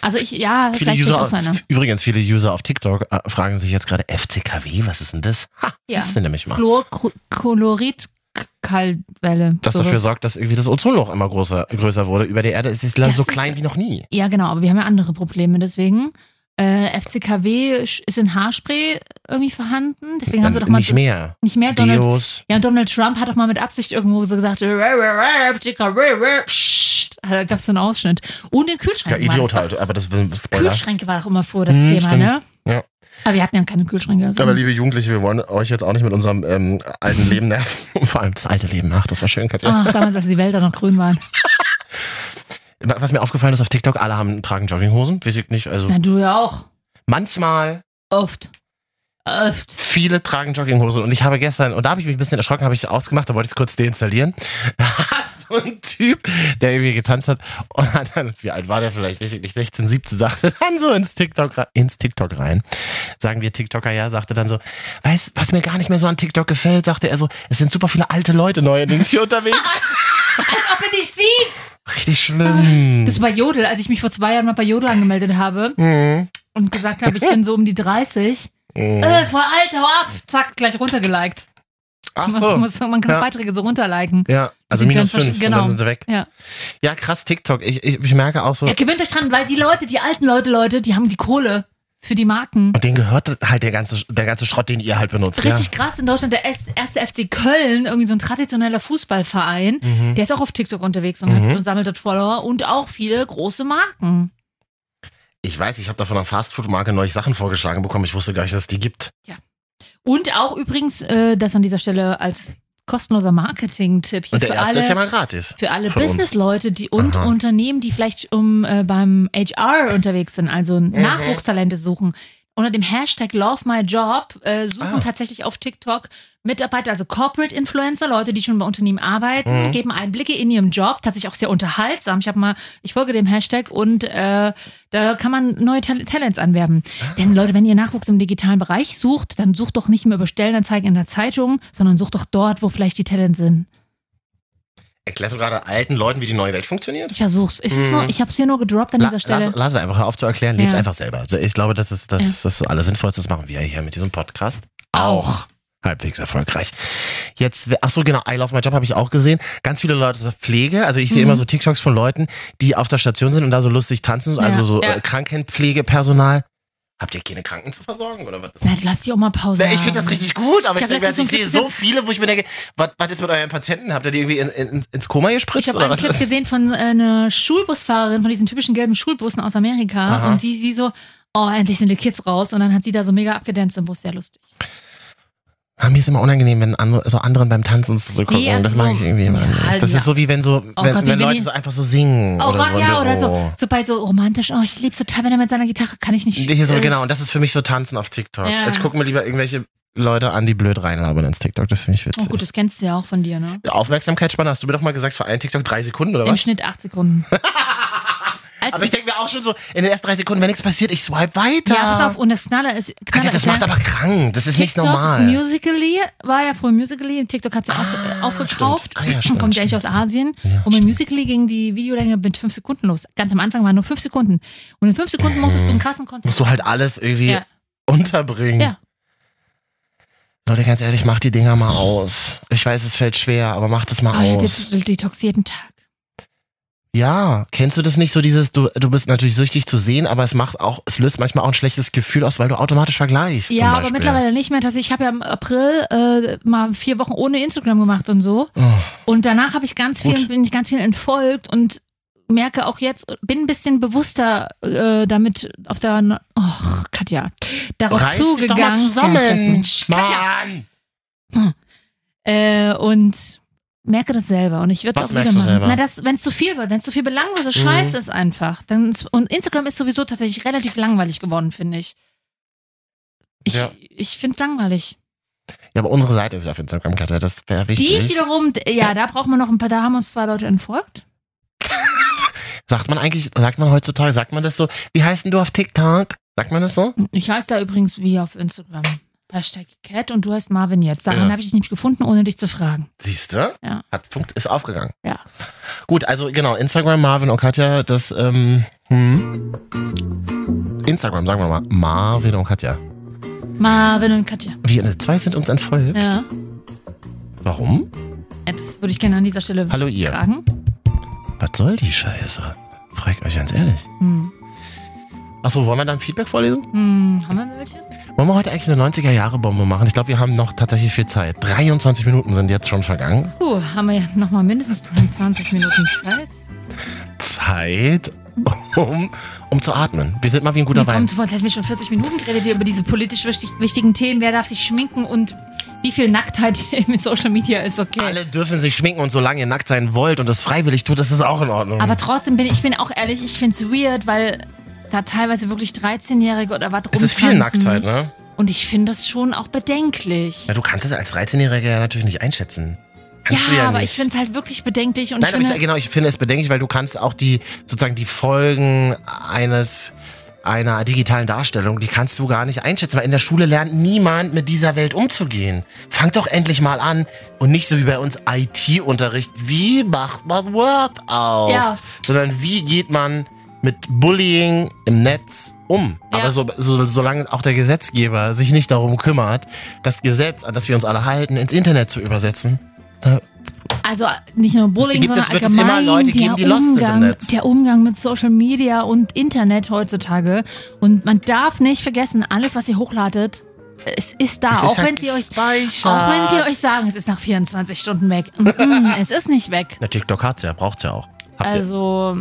Also ich, ja, Viele vielleicht User, durchaus einer. übrigens, viele User auf TikTok äh, fragen sich jetzt gerade, FCKW, was ist denn das? Ha, Ja. das ist denn nämlich mal. Fluorchlorid-Kaltwelle. Das dafür sorgt, dass irgendwie das Ozonloch immer größer, größer wurde. Über der Erde ist es leider Das so ist- klein wie noch nie. Ja, genau, aber wir haben ja andere Probleme, deswegen. Äh, FCKW sch- ist in Haarspray irgendwie vorhanden, deswegen haben sie doch mal Äh, nicht mehr. nicht mehr Donald. Deos. Ja, und Donald Trump hat doch mal mit Absicht irgendwo so gesagt, äh, FCKW, psst, äh, da gab es so einen Ausschnitt. Und den Ja, Kühlschrank. war Idiot das halt, aber das sind doch, Spoiler. Kühlschränke war doch immer vor das Hm, Thema, stimmt. ne? Ja. Aber wir hatten ja keine Kühlschränke. Also. Aber liebe Jugendliche, wir wollen euch jetzt auch nicht mit unserem ähm, alten Leben Ah. nerven. Vor allem das alte Leben. Ach, das war schön, Katja. Ach, damals, als die Wälder noch grün waren. was mir aufgefallen ist auf TikTok, alle haben tragen Jogginghosen, weiß ich nicht. Also Na, du ja auch. manchmal Oft. Oft. viele tragen Jogginghosen und ich habe gestern und da habe ich mich ein bisschen erschrocken, habe ich ausgemacht, da wollte ich es kurz deinstallieren. Da hat so ein Typ, der irgendwie getanzt hat und hat dann, wie alt war der vielleicht, weiß ich nicht, 16, 17, sagte dann so ins TikTok, re- ins TikTok rein, sagen wir TikToker ja, sagte dann so, weißt, was mir gar nicht mehr so an TikTok gefällt, sagte er so, es sind super viele alte Leute neuerdings hier unterwegs. Als ob er dich sieht. Richtig schlimm. Das war bei Jodel, als ich mich vor zwei Jahren mal bei Jodel angemeldet habe Mhm. und gesagt habe, ich bin so um die 30. Mhm. Äh, voll alt, hau ab. Zack, gleich runtergeliked. Ach man, so. muss, man kann Ja. Beiträge so runterliken. Ja, also sind minus dann versch- 5 und genau. dann sind sie weg. Ja. Ja, krass, TikTok. Ich, ich, ich merke auch so, Ja, gewöhnt euch dran, weil die Leute, die alten Leute, Leute, die haben die Kohle für die Marken. Und den gehört halt der ganze, der ganze Schrott, den ihr halt benutzt. Richtig krass in Deutschland, der S- erste FC Köln, irgendwie so ein traditioneller Fußballverein, Ja. Mhm. der ist auch auf TikTok unterwegs und, Mhm. hat, und sammelt dort Follower und auch viele große Marken. Ich weiß, ich habe da von einer Fastfood-Marke neulich Sachen vorgeschlagen bekommen. Ich wusste gar nicht, dass es die gibt. Und auch übrigens, äh, das an dieser Stelle als kostenloser Marketing-Tipp hier Und der für erste alle, ist ja mal gratis. für alle von uns. Business-Leute die, und Aha. Unternehmen, die vielleicht um, äh, beim HR unterwegs sind, also Mhm. Nachwuchstalente suchen. Unter dem Hashtag LoveMyJob äh, suchen Ah. tatsächlich auf TikTok Mitarbeiter, also Corporate Influencer, Leute, die schon bei Unternehmen arbeiten, Mhm. geben Einblicke in ihrem Job, tatsächlich auch sehr unterhaltsam. Ich habe mal, ich folge dem Hashtag und äh, da kann man neue Tal Talents anwerben. Ah. Denn Leute, wenn ihr Nachwuchs im digitalen Bereich sucht, dann sucht doch nicht mehr über Stellenanzeigen in der Zeitung, sondern sucht doch dort, wo vielleicht die Talents sind. Erklärst du gerade alten Leuten, wie die neue Welt funktioniert? Ich versuch's. Es ist Mhm. nur, ich hab's hier nur gedroppt an La, dieser lass, Stelle. lass es einfach, hör auf zu erklären, lebt Ja. einfach selber. Also ich glaube, das ist das, das ist alles Sinnvollste, das machen wir hier mit diesem Podcast. Auch. Halbwegs erfolgreich. Jetzt, ach so, genau, I Love My Job habe ich auch gesehen. Ganz viele Leute aus der Pflege. Also ich sehe Mhm. immer so TikToks von Leuten, die auf der Station sind und da so lustig tanzen. Also Ja. so Ja. Äh, Krankenpflegepersonal. Habt ihr keine Kranken zu versorgen oder was? Na, lass dich auch mal Pause. Na, ich finde das haben. richtig gut, aber Ich ich, hab denk mir, also, ich letztens so sehe einen so Clip- viele, wo ich mir denke, was, was ist mit euren Patienten? Habt ihr die irgendwie in, in, ins Koma gespritzt Ich habe oder einen was? Clip ist? gesehen von äh, einer Schulbusfahrerin, von diesen typischen gelben Schulbussen aus Amerika. Aha. Und sie, sie so, oh, endlich sind die Kids raus. Und dann hat sie da so mega abgedanzt im Bus. Sehr lustig. Ah, mir ist immer unangenehm, wenn andere, so anderen beim Tanzen zuzugucken. Nee, also das mag so- ich irgendwie immer Ja, nicht. also Das ja. ist so wie wenn so, Oh wenn, Gott, wie wenn wenn Leute die- so einfach so singen. Oh oder Gott, so im ja, oder Büro. so, so bei so romantisch, oh, ich liebe so Tabin mit seiner Gitarre, kann ich nicht. Hier so, äh, genau, und das ist für mich so Tanzen auf TikTok. Ja. Also ich gucke mir lieber irgendwelche Leute an, die blöd reinlabern ins TikTok. Das finde ich Oh witzig. gut, das kennst du ja auch von dir, ne? Aufmerksamkeitsspanne, hast du mir doch mal gesagt, für einen TikTok drei Sekunden oder Im was? Schnitt acht Sekunden. Als- Aber ich denke mir auch schon so, in den ersten drei Sekunden, wenn nichts passiert, ich swipe weiter. ja, pass auf, und das Knaller ist. Knaller Katja, das ist ja- macht aber krank. Das ist nicht TikTok normal. Musically war ja früher Musically. TikTok hat sie Ah, auch, äh, aufgekauft. stimmt. Ah, ja, stimmt, Kommt ja eigentlich aus stimmt. Asien. Ja, und mit stimmt. Musically ging die Videolänge mit fünf Sekunden los. Ganz am Anfang waren nur fünf Sekunden. Und in fünf Sekunden musstest du einen krassen Content. Musst du halt alles irgendwie Ja. unterbringen. Ja. Leute, ganz ehrlich, macht die Dinger mal aus. Ich weiß, es fällt schwer, aber macht es mal Oh, ja, aus. det- detox jeden Tag. Ja, kennst du das nicht so dieses, du, du bist natürlich süchtig zu sehen, aber es macht auch, es löst manchmal auch ein schlechtes Gefühl aus, weil du automatisch vergleichst. zum Ja, aber Beispiel. mittlerweile nicht mehr. Dass ich habe ja im April äh, mal vier Wochen ohne Instagram gemacht und so. Oh, Und danach habe ich ganz Gut. vielen, bin ich ganz vielen entfolgt und merke auch jetzt, bin ein bisschen bewusster äh, damit auf der, och, Katja, darauf reiß dich doch zugegangen. mal Ja, ich weiß zusammen. nicht. Katja, Mann. äh, und merke das selber und ich würde es Was auch wieder merkst du machen. selber? Na, das, wenn es zu viel wird, wenn es zu viel belanglose Mhm. Scheiß ist einfach. Dann ist, und Instagram ist sowieso tatsächlich relativ langweilig geworden, finde ich. Ich, Ja. ich finde es langweilig. Ja, aber unsere Seite ist ja auf Instagram, Katja, das wäre wichtig. Die wiederum, ja, da braucht man noch ein paar, da haben uns zwei Leute entfolgt. Sagt man eigentlich, sagt man heutzutage, sagt man das so, wie heißt denn du auf TikTok? Sagt man das so? Ich heiße da übrigens wie auf Instagram. Hashtag Cat und du heißt Marvin jetzt. Daran Ja. habe ich dich nicht gefunden, ohne dich zu fragen. Siehst du? Ja. Hat funkt, ist aufgegangen. Ja. Gut, also genau, Instagram, Marvin und Katja, das, ähm, hm. Instagram, sagen wir mal, Marvin und Katja. Marvin und Katja. Wir alle zwei sind uns entfolgt. Ja. Warum? Das würde ich gerne an dieser Stelle Hallo ihr. fragen. Was soll die Scheiße? Frag ich euch ganz ehrlich. Hm. Achso, wollen wir dann Feedback vorlesen? Hm, haben wir welches? Wollen wir heute eigentlich eine 90er-Jahre-Bombe machen? Ich glaube, wir haben noch tatsächlich viel Zeit. 23 Minuten sind jetzt schon vergangen. Puh, haben wir ja nochmal mindestens 23 Minuten Zeit. Zeit, um, um zu atmen. Wir sind mal wie ein guter Mir Wein. kommt sofort, hätten wir schon 40 Minuten geredet hier über diese politisch wichtig, wichtigen Themen. Wer darf sich schminken und wie viel Nacktheit in Social Media ist okay. Alle dürfen sich schminken und solange ihr nackt sein wollt und das freiwillig tut, das ist auch in Ordnung. Aber trotzdem bin ich bin auch ehrlich, ich find's weird, weil da teilweise wirklich 13-Jährige oder was es ist viel Nacktheit, ne? Und ich finde das schon auch bedenklich. Ja, du kannst es als 13-Jähriger ja natürlich nicht einschätzen. Kannst ja, du ja nicht. aber ich find's halt wirklich bedenklich und Nein, ich aber ich, finde, genau, ich finde es bedenklich, weil du kannst auch die sozusagen die Folgen eines einer digitalen Darstellung, die kannst du gar nicht einschätzen, weil in der Schule lernt niemand mit dieser Welt umzugehen. Fang doch endlich mal an und nicht so wie bei uns IT-Unterricht, wie macht man Word auf, Ja. sondern wie geht man mit Bullying im Netz um. Ja. Aber so, so, solange auch der Gesetzgeber sich nicht darum kümmert, das Gesetz, an das wir uns alle halten, ins Internet zu übersetzen, also nicht nur Bullying, gibt sondern es- wird es immer allgemein Leute geben, der, die lost sind im Umgang, Netz. der Umgang mit Social Media und Internet heutzutage. Und man darf nicht vergessen, alles, was ihr hochladet, es ist da, Es ist auch halt wenn sie euch, gespeichert. auch wenn sie euch sagen, es ist nach 24 Stunden weg. Mhm, es ist nicht weg. Na, TikTok hat's ja, braucht's ja auch. Habt ihr. Also,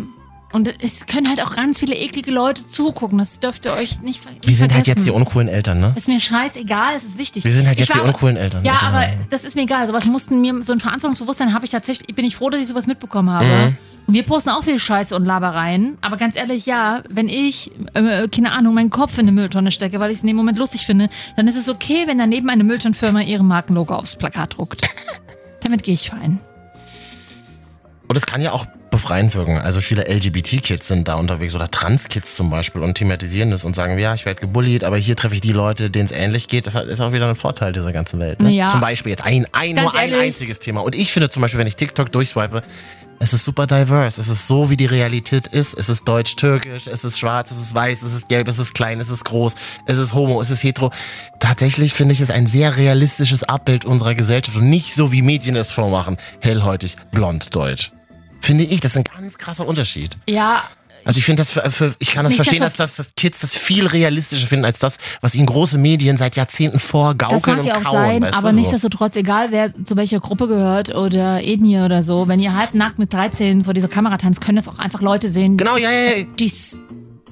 und es können halt auch ganz viele eklige Leute zugucken. Das dürft ihr euch nicht ver nicht Wir sind halt vergessen. jetzt die uncoolen Eltern, ne? Ist mir scheißegal, es ist wichtig. Wir sind halt Ich jetzt die war- uncoolen Eltern. Ja, das ist aber halt- das ist mir egal. Sowas mussten mir, so ein Verantwortungsbewusstsein habe ich tatsächlich, bin ich froh, dass ich sowas mitbekommen habe. Mhm. Und wir posten auch viel Scheiße und Labereien. Aber ganz ehrlich, ja, wenn ich, äh, keine Ahnung, meinen Kopf in eine Mülltonne stecke, weil ich es in dem Moment lustig finde, dann ist es okay, wenn daneben eine Mülltonnenfirma ihre Markenlogo aufs Plakat druckt. Damit gehe ich fein. Und es kann ja auch befreiend wirken. Also viele LGBT-Kids sind da unterwegs oder Trans-Kids zum Beispiel und thematisieren das und sagen, ja, ich werde gebullied, aber hier treffe ich die Leute, denen es ähnlich geht. Das hat- ist auch wieder ein Vorteil dieser ganzen Welt. Ne? Ja. Zum Beispiel jetzt ein, ein Ganz nur ein ehrlich. einziges Thema. Und ich finde zum Beispiel, wenn ich TikTok durchswipe, es ist super diverse. Es ist so, wie die Realität ist. Es ist deutsch-türkisch, es ist schwarz, es ist weiß, es ist gelb, es ist klein, es ist groß, es ist homo, es ist hetero. Tatsächlich finde ich es ein sehr realistisches Abbild unserer Gesellschaft und nicht so, wie Medien es vormachen. Hellhäutig, blond, deutsch. Finde ich, das ist ein ganz krasser Unterschied. Ja, Also ich finde das für, für ich kann das Nicht, dass verstehen, dass, das- dass, dass Kids das viel realistischer finden als das, was ihnen große Medien seit Jahrzehnten vorgaukeln Das mag und ja auch kauen. sein, weißt aber du, so. nichtsdestotrotz, egal wer zu welcher Gruppe gehört oder Ethnie oder so, wenn ihr halbnackt mit 13 vor dieser Kamera tanzt, können das auch einfach Leute sehen. Genau, ja, ja, ja. Die's,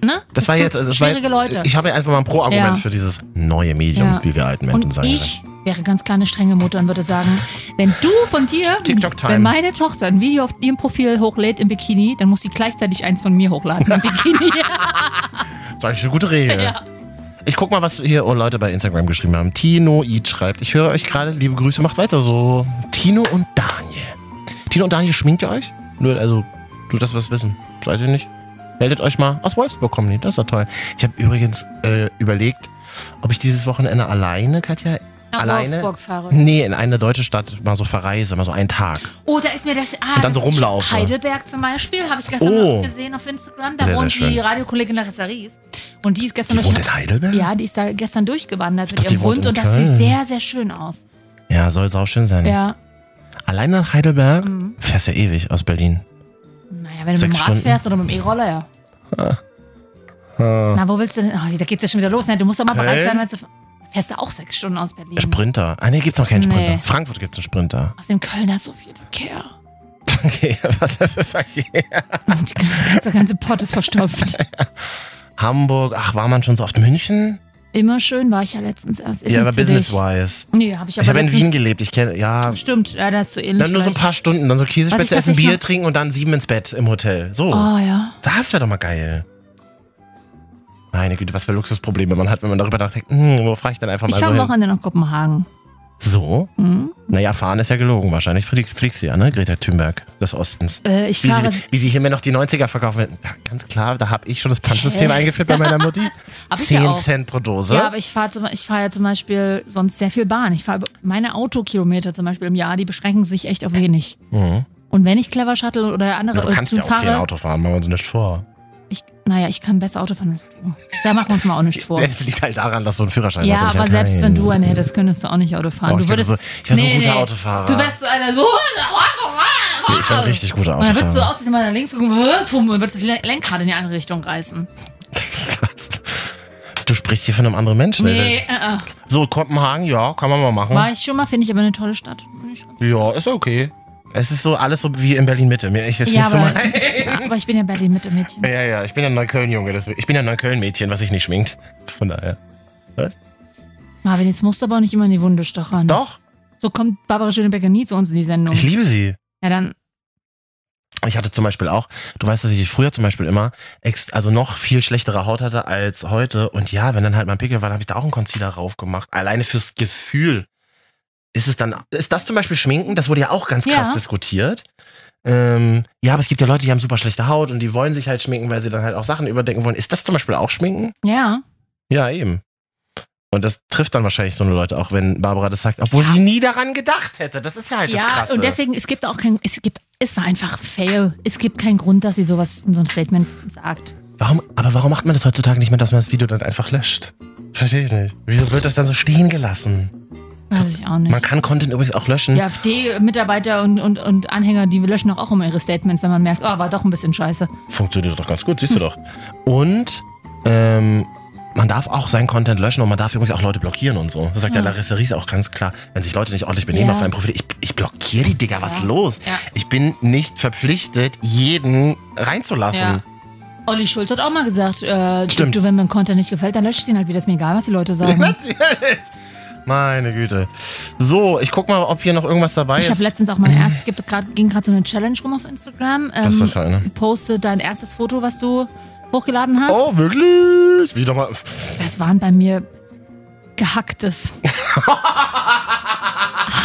ne? Das, war sind jetzt, das war, schwierige Leute. Ich habe ja einfach mal ein Pro-Argument Ja. für dieses neue Medium, Ja. wie wir alten Menschen und sagen. ich wäre ganz kleine strenge Mutter und würde sagen, wenn du von dir, TikTok-Time. wenn meine Tochter ein Video auf ihrem Profil hochlädt im Bikini, dann muss sie gleichzeitig eins von mir hochladen im Bikini. Das ist eine gute Regel. Ja. Ich guck mal, was hier oh, Leute bei Instagram geschrieben haben. Tino Eid schreibt, ich höre euch gerade, liebe Grüße, macht weiter so. Tino und Daniel. Tino und Daniel, schminkt ihr euch? Nur, also, du das was wissen. Seid ihr nicht? Meldet euch mal. Aus Wolfsburg kommen die, das ist ja toll. Ich habe übrigens äh, überlegt, ob ich dieses Wochenende alleine, Katja, Nach alleine? Wolfsburg fahre. nee, in eine deutsche Stadt mal so verreise, mal so einen Tag. Oh, da ist mir das. Ah, Und dann das so ist rumlaufen. Heidelberg zum Beispiel, habe ich gestern Oh. gesehen auf Instagram. Da Sehr, sehr wohnt die schön. Radiokollegin Larissa Ries. Und die ist gestern Die durch. wohnt in Heidelberg? Ja, die ist da gestern durchgewandert mit dachte, ihrem die wohnt Hund in und das Köln. Hm. sieht sehr, sehr schön aus. Ja, soll sauschön sein. Ja. Alleine nach Heidelberg Mhm. fährst ja ewig aus Berlin. Naja, wenn du Sechs mit dem Rad Stunden. Ah. fährst oder mit dem E-Roller, ja. Na, wo willst du denn? Oh, da geht's ja schon wieder los. Ne? Du musst doch mal bereit Köln? sein, wenn du. Fährst du auch sechs Stunden aus Berlin? Sprinter. Ah, nee, gibt's noch keinen Sprinter. Mhm. Nee. Frankfurt gibt's einen Sprinter. Aus dem Kölner so viel Verkehr. Okay, was für Verkehr. Und die ganze, ganze Pott ist verstopft. Hamburg, ach, war man schon so oft München? Immer schön war ich ja letztens erst. Ist ja, aber nichts für dich. business-wise. Nee, habe ich Ich, aber habe in letztens- Wien gelebt, ich kenne, ja. Stimmt, ja, da hast du ähnlich. Dann nur so ein vielleicht. paar Stunden, dann so Was ich Käsespätzle das essen, nicht Bier noch- trinken und dann sieben ins Bett im Hotel. So, Oh ja. das wäre doch mal geil. Meine Güte, was für Luxusprobleme man hat, wenn man darüber nachdenkt, hm, wo fahre ich denn einfach Ich mal fahre so am hin? Wochenende nach Kopenhagen. So? Hm? Naja, fahren ist ja gelogen wahrscheinlich. Fliegst, fliegst du ja, ne? Greta Thunberg des Ostens. Äh, ich Wie fahre. sie, wie sie hier mir noch die 90er verkaufen. will. Ja, ganz klar, da habe ich schon das Pfandsystem Hä? eingeführt bei meiner Mutti. Hab ich 10 ja auch. Cent pro Dose. Ja, aber ich fahre zum- ich fahr ja zum Beispiel sonst sehr viel Bahn. Ich fahre meine Autokilometer zum Beispiel im Jahr, die beschränken sich echt auf wenig. mhm. Und wenn ich Clever Shuttle oder andere Du kannst Optionen ja auch viel fahre, Auto fahren, machen wir uns nicht vor. ich, naja, ich kann besser Auto fahren als du. Da machen wir uns mal auch nicht vor. Das liegt halt daran, dass du einen Führerschein ja, hast. und ich aber halt selbst keinen. wenn du eine hättest, könntest du auch nicht Auto fahren. Oh, ich, du könnte würdest, so, ich wäre so ein Nee, guter nee. Autofahrer. du wärst so einer so, Nee, Autofahrer. ich wäre ein richtig guter Und dann würdest du Autofahrer. aus dem nach links gucken, pum, und würdest das Le- Lenkrad in die andere Richtung reißen. Du sprichst hier von einem anderen Menschen. Nee, ey. äh, äh. So, Kopenhagen, ja, kann man mal machen. war ich schon mal, finde ich aber eine tolle Stadt. Bin ich- Ja, ist okay. Es ist so alles so wie in Berlin-Mitte. Mir ist jetzt Ja, nicht so aber, mein. ja, aber ich bin ja Berlin mit dem Mädchen. Ja, ja, ich bin ja ein Neukölln-Junge. deswegen- Ich bin ja ein Neukölln-Mädchen, was sich nicht schminkt. Von daher. Marvin, jetzt musst du aber auch nicht immer in die Wunde stochern. Doch, So kommt Barbara Schönebecker nie zu uns in die Sendung. ich liebe sie. Ja, dann, Ich hatte zum Beispiel auch, du weißt, dass ich früher zum Beispiel immer, ex also noch viel schlechtere Haut hatte als heute. Und ja, wenn dann halt mal ein Pickel war, dann habe ich da auch einen Concealer drauf gemacht. Alleine fürs Gefühl ist es dann, ist das zum Beispiel Schminken? Das wurde ja auch ganz krass Ja. diskutiert. Ähm, ja, aber es gibt ja Leute, die haben super schlechte Haut und die wollen sich halt schminken, weil sie dann halt auch Sachen überdecken wollen. Ist das zum Beispiel auch Schminken? ja. Ja, eben. Und das trifft dann wahrscheinlich so eine Leute auch, wenn Barbara das sagt, obwohl sie nie daran gedacht hätte. Das ist ja halt das Ja, Krasse. und deswegen, es gibt auch kein, es gibt, es war einfach Fail. Es gibt keinen Grund, dass sie sowas in so einem Statement sagt. warum, aber warum macht man das heutzutage nicht mehr, dass man das Video dann einfach löscht? Verstehe ich nicht. Wieso wird das dann so stehen gelassen? Weiß ich auch nicht. Man kann Content übrigens auch löschen. die AfD-Mitarbeiter und, und, und Anhänger, die löschen auch immer ihre Statements, wenn man merkt, oh, war doch ein bisschen scheiße. Funktioniert doch ganz gut, Hm. siehst du doch. Und ähm, man darf auch seinen Content löschen und man darf übrigens auch Leute blockieren und so. Das sagt ja, Larissa Ries auch ganz klar. Wenn sich Leute nicht ordentlich benehmen Ja. auf einem Profil, ich, ich blockiere die, Digga, was Ja. los? Ja. Ich bin nicht verpflichtet, jeden reinzulassen. Ja. Olli Schulz hat auch mal gesagt, äh, Stimmt. du, wenn mir ein Content nicht gefällt, dann lösche ich den halt wieder. Ist mir egal, was die Leute sagen. Natürlich. Meine Güte. So, ich guck mal, ob hier noch irgendwas dabei Ich ist. habe letztens auch mein erstes, es gibt grad, ging gerade so eine Challenge rum auf Instagram. Ähm, Was ist das für eine? Poste dein erstes Foto, was du hochgeladen hast. Oh, wirklich? Wie nochmal? Das waren bei mir gehacktes.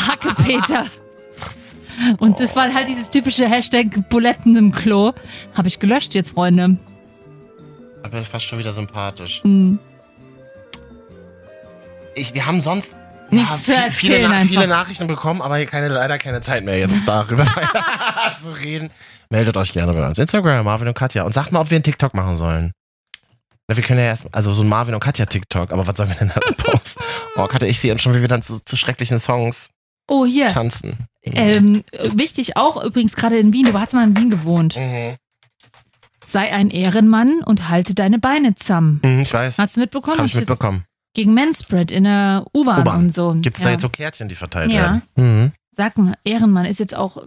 Hackepeter. Und das war halt dieses typische Hashtag Buletten im Klo. Habe ich gelöscht jetzt, Freunde. Aber fast schon wieder sympathisch. Hm. Ich, wir haben sonst Nichts zu viel- viele, erzählen Na- viele einfach. Nachrichten bekommen, aber keine, leider keine Zeit mehr jetzt darüber zu reden. Meldet euch gerne bei uns. Instagram, Marvin und Katja. Und sagt mal, ob wir einen TikTok machen sollen. Ja, Wir können ja erst, also so ein Marvin und Katja TikTok, aber was sollen wir denn da posten? Oh, Katja, ich sehe uns schon, wie wir dann zu, zu schrecklichen Songs Oh, hier. tanzen. Ähm, wichtig auch übrigens gerade in Wien. Du hast mal in Wien gewohnt. Mhm. Sei ein Ehrenmann und halte deine Beine zusammen. Mhm, Ich weiß. Hast du mitbekommen? Habe Hab ich das mitbekommen. Gegen Manspread in der U-Bahn U-Bahn. und so. Gibt es ja. da jetzt so Kärtchen, die verteilt Ja. werden? Mhm. Sag mal, Ehrenmann ist jetzt auch.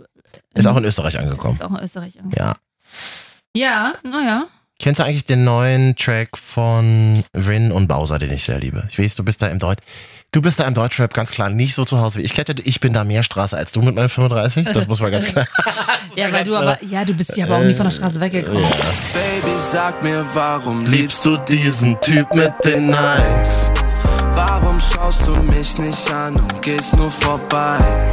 Ist auch in Österreich angekommen. Ist auch in Österreich. angekommen. Ja. Ja, naja. Kennst du eigentlich den neuen Track von Rin und Bowser, den ich sehr liebe? Ich weiß, du bist da im Deutsch. Du bist da im Deutschrap ganz klar nicht so zu Hause wie ich. Kette, ich bin da mehr Straße als du mit meinen 35. Das muss man ganz klar. Ja, weil du aber, ja, du bist ja aber auch nie von Äh, der Straße weggekommen. Baby, sag mir, warum Liebst du diesen Typ mit den Nikes? Warum schaust du mich nicht an und gehst nur vorbei?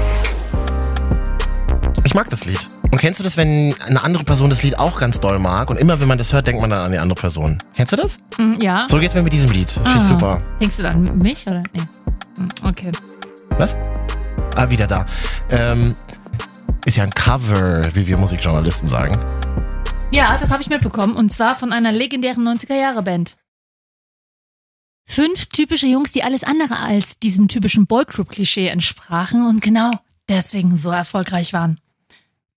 Ich mag das Lied. Und kennst du das, wenn eine andere Person das Lied auch ganz doll mag? Und immer, wenn man das hört, denkt man dann an die andere Person. Kennst du das? Mm, Ja. So geht's mir mit diesem Lied. Finde Ah. ich super. Denkst du dann an mich oder? Nee. Hm, Okay. Ah, wieder da. Ähm, ist ja ein Cover, wie wir Musikjournalisten sagen. Ja, das habe ich mitbekommen. Und zwar von einer legendären 90er-Jahre-Band. Fünf typische Jungs, die alles andere als diesem typischen Boygroup-Klischee entsprachen und genau deswegen so erfolgreich waren.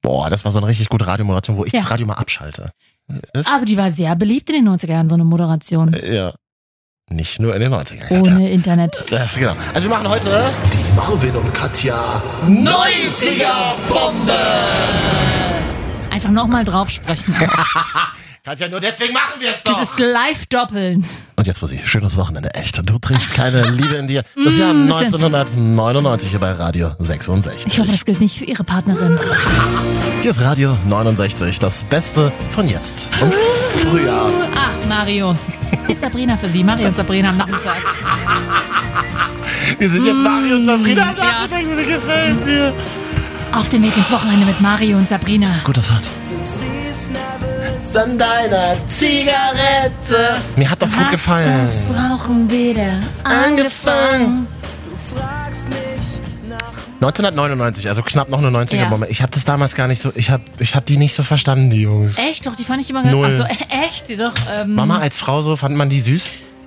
Boah, das war so eine richtig gute Radiomoderation, wo ich Ja. das Radio mal abschalte. Das, Aber die war sehr beliebt in den 90er Jahren, so eine Moderation. äh, ja. Nicht nur in den 90ern. Alter. Ohne Internet. Das, genau. Also wir machen heute Marvin und Katja. 90er-Bombe! Einfach nochmal drauf sprechen. Katja, nur deswegen machen wir es Das ist Live-Doppeln. Und jetzt für Sie, schönes Wochenende, echt. Du trinkst keine Liebe in dir. Das Jahr Mm, 1999 hier bei Radio 66. Ich hoffe, das gilt nicht für Ihre Partnerin. Hier ist Radio 69, das Beste von jetzt und früher. Ach, Ah, Mario. Ist Sabrina für Sie. Mario und Sabrina am Nachmittag. Wir sind jetzt Mario und Sabrina am ja. Nachmittag, sie gefällt mir. Auf dem Weg ins Wochenende mit Mario und Sabrina. Gute Fahrt. An deiner Zigarette. Mir hat das gut gefallen. Hast das Rauchen wieder Angefangen. angefangen. 1999, also knapp noch eine 90er-Bombe. Ja. Ich habe das damals gar nicht so, ich habe ich hab die nicht so verstanden, die Jungs. Echt? Doch, die fand ich immer ganz... Null. Also echt? Die Doch, ähm, Mama als Frau so, fand man die süß?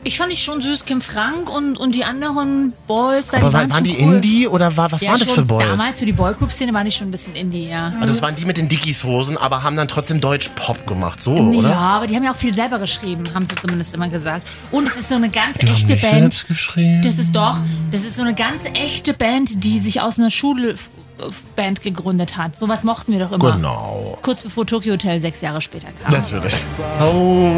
Ich fand ich schon süß, Kim Frank und, und die anderen Boys. Aber waren, waren die schon cool. Indie oder war, was Ja, waren das schon für Boys? Damals für die Boygroup-Szene waren die schon ein bisschen Indie, ja. Also das waren die mit den Dickies-Hosen, aber haben dann trotzdem Deutsch-Pop gemacht, so, Ja, Oh, oder? aber die haben ja auch viel selber geschrieben, haben sie zumindest immer gesagt. Und es ist so eine ganz Genau, Die haben echte nicht Band. selbst geschrieben. Das ist doch, das ist so eine ganz echte Band, die sich aus einer Schulband gegründet hat. Sowas mochten wir doch immer. Genau. Kurz bevor Tokyo Hotel sechs Jahre später kam. Natürlich. Oh.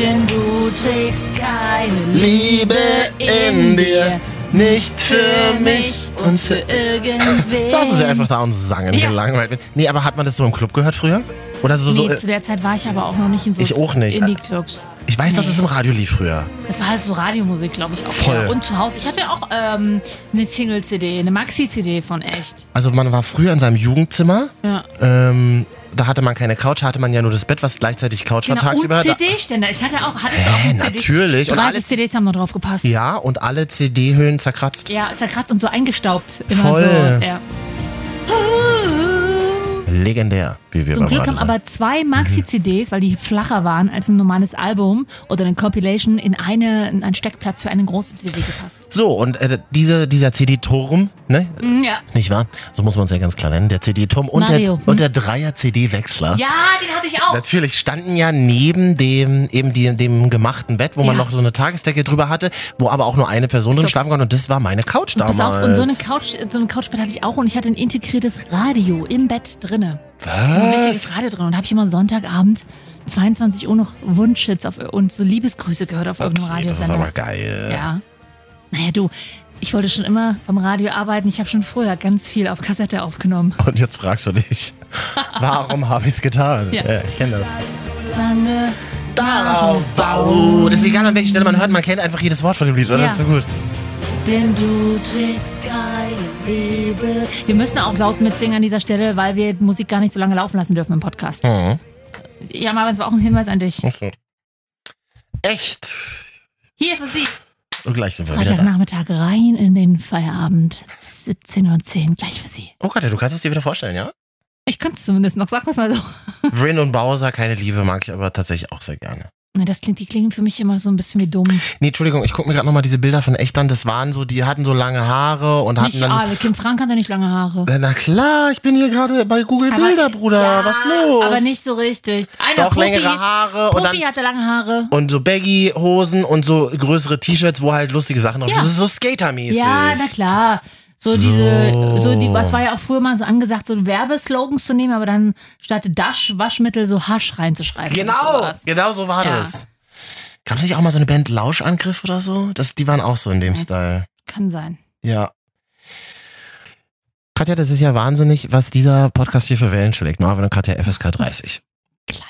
denn du trägst keine Liebe in dir, nicht Für mich und für irgendwen. So hast du sie einfach da und sangen Ähm, Ja. gelangweilt. bin. Nee, aber hat man das so im Club gehört früher? Oder so, äh, so Nee, zu der Zeit war ich aber auch noch nicht in so Ich auch nicht. Indie-Clubs. ich weiß, dass es im Radio lief früher. Das war halt so Radiomusik, glaube ich, auch. Voll. Ja. Und zu Hause. Ich hatte auch ähm, eine Single-CD, eine Maxi-CD von echt. Also man war früher in seinem Jugendzimmer. Ja. Ähm, da hatte man keine Couch, hatte man ja nur das Bett, was gleichzeitig Couch Genau, war und tagsüber. Da, CD-Ständer. Ich hatte auch, hattest du auch Hä, einen CD. natürlich. Und 30 alles- CDs haben noch drauf gepasst. ja, und alle CD-Hüllen zerkratzt. Ja, zerkratzt und so eingestaubt. Immer Voll. so. Ja. Legendär, wie wir Zum beim Glück haben Radio sagen. aber zwei Maxi-CDs, weil die flacher waren als ein normales Album oder eine Compilation, in, eine, in einen Steckplatz für eine große CD gepasst. So, und äh, diese, dieser CD-Turm, ne? Mm, Ja, Nicht wahr? So muss man es ja ganz klar nennen. Der CD-Turm und der, Mario, hm. und der Dreier-CD-Wechsler. ja den hatte ich auch. Natürlich standen ja neben dem eben die, dem gemachten Bett, wo man Ja. noch so eine Tagesdecke drüber hatte, wo aber auch nur eine Person drin So. schlafen konnte und das war meine Couch Und damals. pass auf, und so eine Couch, so ein Couchbett hatte ich auch und ich hatte ein integriertes Radio im Bett drinne. Ein richtiges Radio drin und habe ich immer Sonntagabend 22 Uhr noch Wunschhits auf, und so Liebesgrüße gehört auf irgendeinem okay, das ist aber Radiosender. geil. Ja. Naja, du, ich wollte schon immer beim Radio arbeiten. Ich habe schon früher ganz viel auf Kassette aufgenommen. Und jetzt fragst du dich, warum habe ich es getan? Ja. ich kenne das. Lange Darauf bauen. Das ist egal, an welcher Stelle man hört, man kennt einfach jedes Wort von dem Lied, oder? Ja. Das ist so gut. Denn du trägst keine Liebe. Wir müssen auch laut mitsingen an dieser Stelle, weil wir Musik gar nicht so lange laufen lassen dürfen im Podcast. Mhm. Ja, Marvin, es war auch ein Hinweis an dich. Ach so. Echt. Hier für Sie. Und gleich sind wir wieder da. Freitagnachmittag rein in den Feierabend. 17.10 Uhr, gleich für Sie. Oh Gott, ja, du kannst es dir wieder vorstellen, ja? Ich könnte es zumindest noch, sag was mal so. Vrin und Bowser, keine Liebe, mag ich aber tatsächlich auch sehr gerne. Na, Das klingt, die klingen für mich immer so ein bisschen wie dumm. Nee, Entschuldigung, ich gucke mir gerade nochmal diese Bilder von echt an. Das waren so, die hatten so lange Haare und hatten Nicht dann. alle. Kim Frank hatte nicht lange Haare. Na klar, ich bin hier gerade bei Google Bilder, Bruder. Ja, Was los? Aber nicht so richtig. Einer Doch Profi, längere Haare und Profi dann. hatte lange Haare. Und so Baggy-Hosen und so größere T-Shirts, wo halt lustige Sachen drauf sind. Ja. Das ist so skatermäßig. Ja, na klar. So diese, So. so. die, was war ja auch früher mal so angesagt, so Werbeslogans zu nehmen, aber dann statt Dash, Waschmittel so Hasch reinzuschreiben. oder Genau, sowas. genau so war Ja. das. Gab es nicht auch mal so eine Band Lauschangriff oder so? Das, die waren auch so in dem Ja. Style. Kann sein. Ja. Katja, das ist ja wahnsinnig, was dieser Podcast hier für Wellen schlägt. Marvin und Katja FSK 30. Kleine.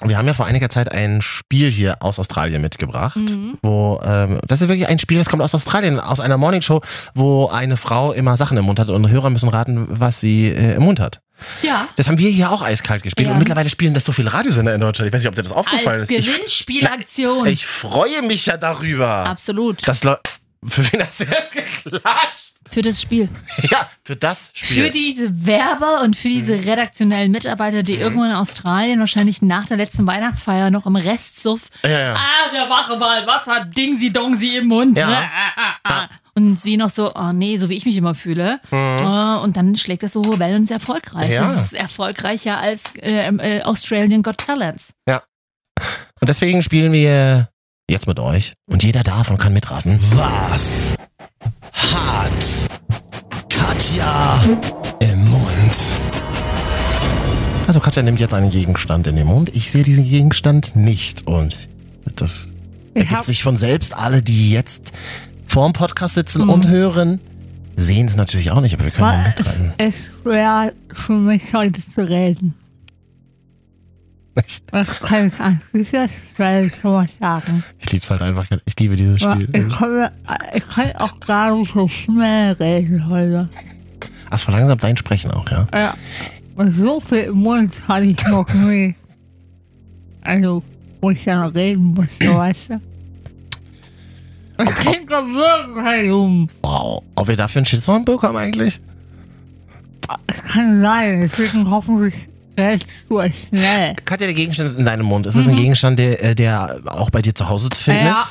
Und Wir haben ja vor einiger Zeit ein Spiel hier aus Australien mitgebracht. Mhm. Wo, ähm, das ist wirklich ein Spiel, das kommt aus Australien, aus einer Morningshow, wo eine Frau immer Sachen im Mund hat und Hörer müssen raten, was sie äh, im Mund hat. Ja. Das haben wir hier auch eiskalt gespielt Ja. und mittlerweile spielen das so viele Radiosender in Deutschland. Ich weiß nicht, ob dir das aufgefallen Als ist. Gewinnspielaktion. Ich, ich freue mich ja darüber. Absolut. Dass Leu- für wen hast du jetzt geklatscht? für das Spiel. Ja, für das Spiel. Für diese Werber und für diese redaktionellen Mitarbeiter, die irgendwo in Australien wahrscheinlich nach der letzten Weihnachtsfeier noch im Restsuff ja, ja. Ah, der wache mal, was hat Dingsy Dongsi im Mund? Ja. Ah, ah, ah, ah. Und sie noch so, oh nee, so wie ich mich immer fühle. Äh, Und dann schlägt das so hohe Wellen und ist erfolgreich. Ja. Das ist erfolgreicher als äh, äh, Australian Got Talents. Und deswegen spielen wir jetzt mit euch. Und jeder darf und kann mitraten. Was hat Katja im Mund? Also Katja nimmt jetzt einen Gegenstand in den Mund. Ich sehe diesen Gegenstand nicht. Und das ergibt sich von selbst. Alle, die jetzt vorm Podcast sitzen und hören, sehen es natürlich auch nicht. Aber wir können ja mitreiten. Es wäre für mich heute zu reden. Echt? Ich kann es an dieser Stelle schon mal sagen. Ich liebe es halt einfach. Ich liebe dieses Spiel. kann, ich kann auch gar nicht so schnell reden heute. Ach, es verlangsamt dein Sprechen auch, ja? Ja, so viel im Mund hatte ich noch nie. Also, wo ich dann reden musste, weißt du? Das klingt doch wirklich um. Wow. Ob wir dafür einen Shitstorm bekommen eigentlich? Kann sein, deswegen hoffentlich redest du es schnell. Katja, der Gegenstand in deinem Mund. Ist es ein Gegenstand, der, äh, der auch bei dir zu Hause zu finden Mhm. Ja. ist?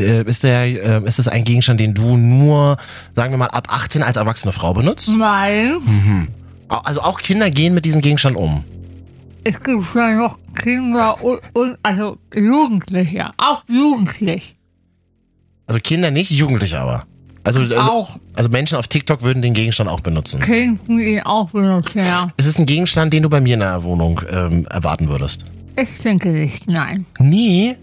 Äh, Ist, der, äh, ist das ein Gegenstand, den du nur, sagen wir mal, ab 18 als erwachsene Frau benutzt? Mhm. Nein, Au- Also auch Kinder gehen mit diesem Gegenstand um. es gibt ja noch Kinder und, und also Jugendliche, auch jugendlich, Also Kinder nicht, Jugendliche aber. Also, also, auch also Menschen auf TikTok würden den Gegenstand auch benutzen. Kinder, die ihn auch benutzen, ja. Es ist ein Gegenstand, den du bei mir in der Wohnung ähm, erwarten würdest. Ich denke nicht, nein. Nee.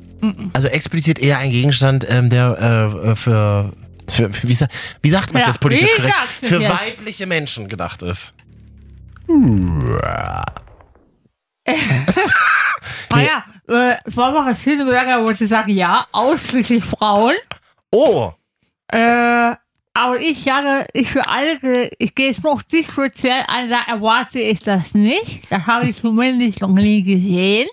Also explizit eher ein Gegenstand, ähm, der äh, äh, für, für, für wie, sa wie sagt man Ja, das politisch wie korrekt? sagt man Für das? weibliche Menschen gedacht ist. Naja, äh, Barbara Schöneberger wollte sagen, ja, ausschließlich Frauen. Oh, Äh, aber ich sage, ich für alle, ge- ich gehe jetzt noch nicht speziell an, da erwarte ich das nicht. Das habe ich zumindest noch nie gesehen.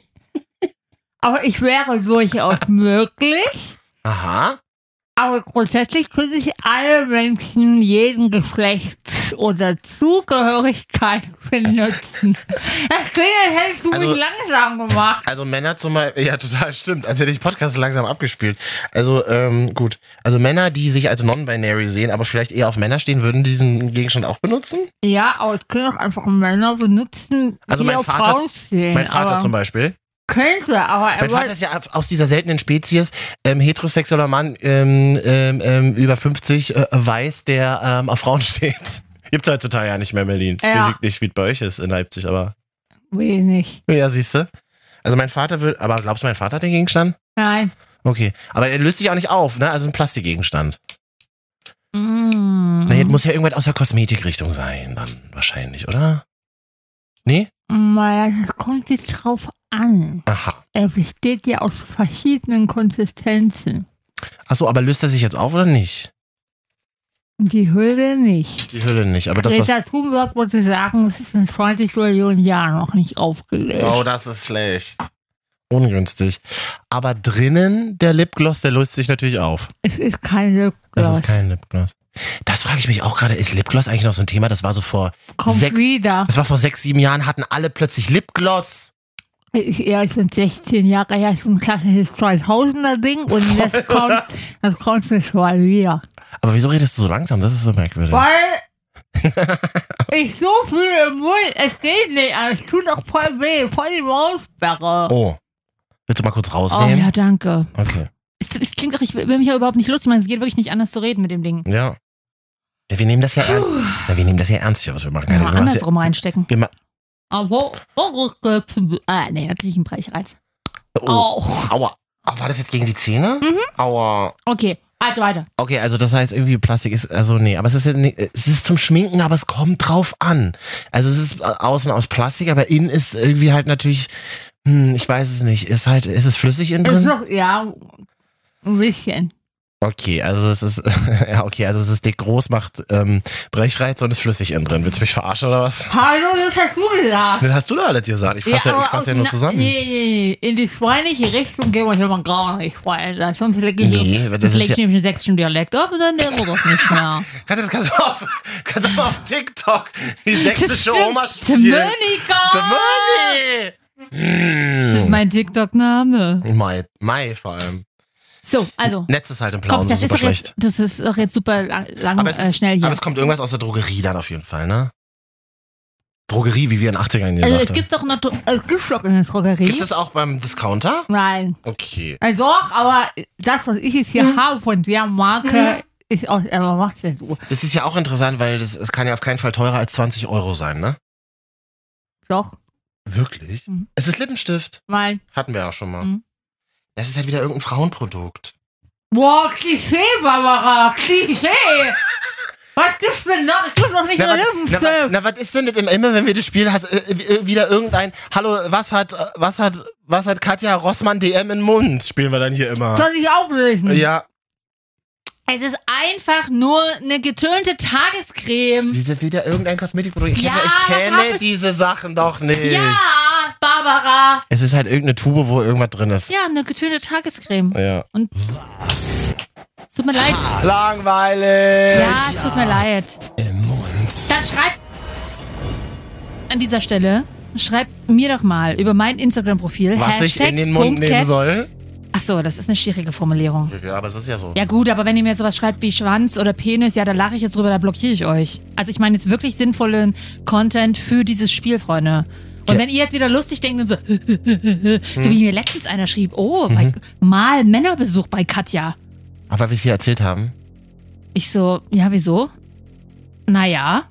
Aber ich wäre durchaus möglich. aha. Aber grundsätzlich könnte ich alle Menschen jeden Geschlechts oder Zugehörigkeit benutzen. Das klingt, als hättest du Also- mich langsam gemacht. Also Männer zum Beispiel, ja total stimmt, als hätte ich Podcast langsam abgespielt. Also ähm, gut, also Männer, die sich als non-binary sehen, aber vielleicht eher auf Männer stehen, würden diesen Gegenstand auch benutzen? Ja, aber es können auch einfach Männer benutzen, Also die mein auf Vater- Frauen stehen. mein Vater Mhm, aber zum Beispiel. Könnte, aber er Mein wollte- Vater ist ja aus dieser seltenen Spezies, ähm, heterosexueller Mann ähm, ähm, ähm, über 50, äh, weiß, der ähm, auf Frauen steht. Gibt's heutzutage ja nicht mehr in Berlin. Ja. Ich weiß nicht, wie es bei euch ist in Leipzig, aber. Wenig. Ja, siehst du. Also mein Vater würde. Aber glaubst du, mein Vater hat den Gegenstand? Nein. Okay. Aber er löst sich auch nicht auf, ne? Also ein Plastikgegenstand. Mm. Na, Mhm. jetzt muss ja irgendwas aus der Kosmetikrichtung sein, dann wahrscheinlich, oder? Nee? Mm. Naja, das kommt jetzt drauf an. Aha. Er besteht ja aus verschiedenen Konsistenzen. Achso, aber löst er sich jetzt auf oder nicht? Die Hülle nicht. Die Hülle nicht, aber das was. Greta Thunberg würde sagen, es ist in 20 Millionen Jahren noch nicht aufgelöst. Oh, das ist schlecht. Ungünstig. Aber drinnen der Lipgloss, der löst sich natürlich auf. es ist kein Das Lipgloss. ist kein Lipgloss. Das frage ich mich auch gerade. Ist Lipgloss eigentlich noch so ein Thema? Das war so vor Kommt sechs, wieder. das war vor sechs, sieben Jahren hatten alle plötzlich Lipgloss. Ich, ja, es sind 16 Jahre her, es ist ein klassisches 2000er-Ding und das kommt, das kommt mir schon wieder. Aber wieso redest du so langsam? Das ist so merkwürdig. Weil ich so viel im Mund, es geht nicht, aber es tut doch voll weh, voll die Maulsperre. Oh. Willst du mal kurz Oh rausnehmen? ja, danke. Okay. Es, es klingt doch, ich will will mich ja überhaupt nicht lustig machen. Es geht wirklich nicht anders zu reden mit dem Ding. Ja. ja wir nehmen das ja ernst. Na, wir nehmen das ja ernst hier, was wir machen. Mal wir machen's ja, andersrum reinstecken. wir ma Aber wo, wo, wo, ah, nee, da krieg ich einen Brechreiz. oh. Oh. Aua. Ah, war das jetzt gegen die Zähne? Aua. Okay, also weiter. Okay, also das heißt irgendwie Plastik ist, also nee, aber es ist, ja nicht- es ist zum Schminken, aber es kommt drauf an. Also es ist außen aus Plastik, aber innen ist irgendwie halt natürlich, hm, ich weiß es nicht, ist halt, ist es flüssig innen Ist drin? doch, ja, ein bisschen. Okay, also es ist, ja okay, also es ist dick groß, macht ähm, Brechreiz und ist flüssig innen drin. Willst du mich verarschen oder was? Hallo, das hast du gesagt. Das hast du da alles gesagt, ich fasse ja, aber ich fass ja auf- nur na- zusammen. Nee, Nee, nee, nee. In die schweinliche Richtung gehen wir schon mal gar nicht weiter. Sonst lege ich weil das Das legt ist ja, nämlich einen sächsischen Dialekt ab und dann nehmen wir das nicht mehr. kannst, du- kannst du auf, kannst du auf TikTok die sächsische Oma spielen. The money! Monika! Hm. Das ist mein TikTok-Name. Mai, Mai vor allem. So, also. Netz ist halt im Plauen Komm, das, so ist super doch jetzt, schlecht. das ist doch jetzt super lang, lang Aber es, äh, ist, schnell hier. aber es kommt irgendwas aus der Drogerie dann auf jeden Fall, ne? Drogerie, wie wir in den 80ern gesagt also, haben. es gibt doch eine, Dro- es gibt doch eine Drogerie. Gibt es auch beim Discounter? Nein. Okay. Also, doch, aber das, was ich jetzt hier habe von der Marke, ist aus einer Masse. Das ist ja auch interessant, weil das, es kann ja auf keinen Fall teurer als 20 Euro sein, ne? Doch, Wirklich? Mhm. Es ist Lippenstift. nein. Hatten wir auch schon mal. Mhm. Es ist halt wieder irgendein Frauenprodukt. Boah, Klischee, Barbara, Klischee. was gibt's denn noch? Es gibt doch nicht nur wat- na, wat- Lippenstift. na, was ist denn das immer, wenn wir das Spiel hast, äh, äh, wieder irgendein Hallo, was hat, äh, was hat, was hat Katja Rossmann DM in den Mund? Spielen wir dann hier immer. Soll ich auflösen? Ja, Es ist einfach nur eine getönte Tagescreme. diese wieder irgendein Kosmetikprodukt. Ich, Ja, ich das kenne hab ich- diese Sachen doch nicht. Ja, Barbara. Es ist halt irgendeine Tube, wo irgendwas drin ist. Ja, eine getönte Tagescreme. Ja. Und Was es tut mir leid. Langweilig. Ja, es tut mir leid. im Mund? Dann schreibt an dieser Stelle, schreibt mir doch mal über mein Instagram-Profil. Was ich in den Mund nehmen soll. Achso, das ist eine schwierige Formulierung. Ja, aber es ist ja so. Ja gut, aber wenn ihr mir sowas schreibt wie Schwanz oder Penis, ja, da lache ich jetzt drüber, da blockiere ich euch. Also ich meine jetzt wirklich sinnvollen Content für dieses Spiel, Freunde. Und Ja. Hm. wenn ihr jetzt wieder lustig denkt und so, so wie mir letztens einer schrieb, oh, Mhm. bei, mal Männerbesuch bei Katja. Aber weil wir es hier erzählt haben, Ich so, ja, wieso? Naja,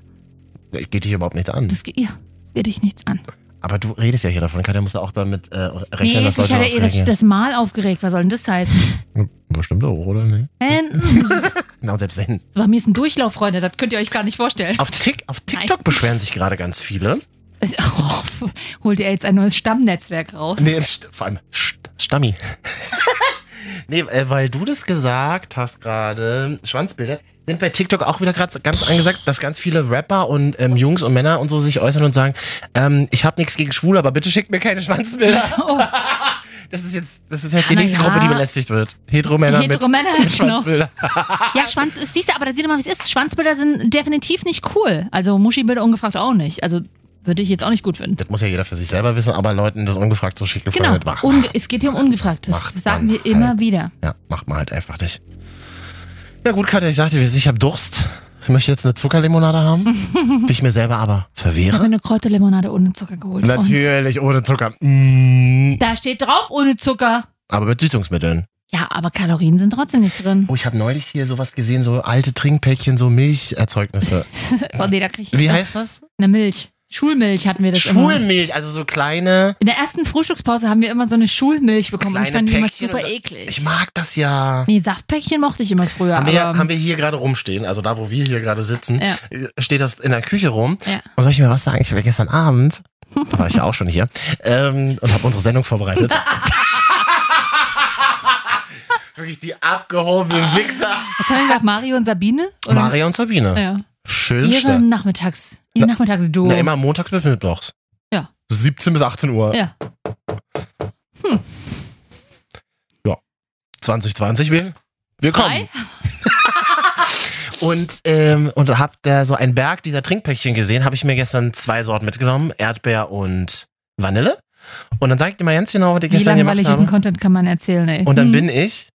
geht dich überhaupt nicht an. das geht, ja, das geht dich nichts an. Aber du redest ja hier davon, Katja muss ja auch damit äh, rechnen, Nee, dass mich Leute hat darauf er eh das, reagieren. das Mal aufgeregt. Was soll denn das heißen? Bestimmt auch, oder? Nee. Äh, Genau, selbst wenn. Bei mir ist ein Durchlauf, Freunde. Das könnt ihr euch gar nicht vorstellen. Auf, Tik auf TikTok beschweren sich gerade ganz viele. Es- Oh, holt ihr jetzt ein neues Stammnetzwerk raus? Nee, es, st- vor allem St Stammi. nee, äh, weil du das gesagt hast gerade, Schwanzbilder, sind bei TikTok auch wieder gerade ganz angesagt, dass ganz viele Rapper und ähm, Jungs und Männer und so sich äußern und sagen, ähm, ich habe nichts gegen Schwule, aber bitte schickt mir keine Schwanzbilder. Das ist jetzt, das ist jetzt die Na nächste ja. Gruppe, die belästigt wird. Hetero-Männer mit, Hetero-Männer, mit genau. Schwanzbildern. Ah, Ja, Schwanz, siehst du, aber da sieht man, wie es ist. Schwanzbilder sind definitiv nicht cool. Also Muschibilder ungefragt auch nicht. Also würde ich jetzt auch nicht gut finden. Das muss ja jeder für sich selber wissen, aber Leuten das ungefragt zu schicken, Genau, Freunde, mach. Unge es geht hier um Ungefragtes. Macht Das sagen man wir immer halt. wieder. Ja, macht mal halt einfach nicht. Ja gut, Katja, ich sagte, ich habe Durst. Ich möchte jetzt eine Zuckerlimonade haben, die ich mir selber aber Ich habe verwehre. eine Kräuterlimonade ohne Zucker geholt. für uns. Natürlich, ohne Zucker. Mm, Da steht drauf, ohne Zucker. aber mit Süßungsmitteln. Ja, aber Kalorien sind trotzdem nicht drin. Oh, ich habe neulich hier sowas gesehen, so alte Trinkpäckchen, so Milcherzeugnisse. oh nee, da krieg ich Wie heißt das? eine Milch. Schulmilch hatten wir das immer. Schwulmilch, also so kleine. In der ersten Frühstückspause haben wir immer so eine Schulmilch bekommen. und ich Kleine fand die immer Päckchen super und- eklig. Ich mag das ja. nee, Saftpäckchen mochte ich immer früher. Haben aber wir, ja, haben wir hier gerade rumstehen, also da, wo wir hier gerade sitzen, Ja. steht das in der Küche rum. Ja. Und soll ich mir was sagen? Ich war gestern Abend, da war ich ja auch schon hier, ähm, und habe unsere Sendung vorbereitet. Wirklich die abgehobenen Wichser. Was haben wir gesagt? Mario und Sabine? Oder- Maria und Sabine. Ja. Schön Ihre stark. Nachmittags, ihr Na- Nachmittagsduo. Na, immer montags bis mittwochs. Ja. 17 bis 18 Uhr. Ja. Hm. 2020 will. Willkommen. Drei? Und, ähm, und hab da so einen Berg dieser Trinkpäckchen gesehen, habe ich mir gestern zwei Sorten mitgenommen, Erdbeer und Vanille. Und dann sag ich dir mal ganz genau, was ich Wie gestern gemacht langweilig diesen habe. Content kann man erzählen, ey. Und dann Hm. bin ich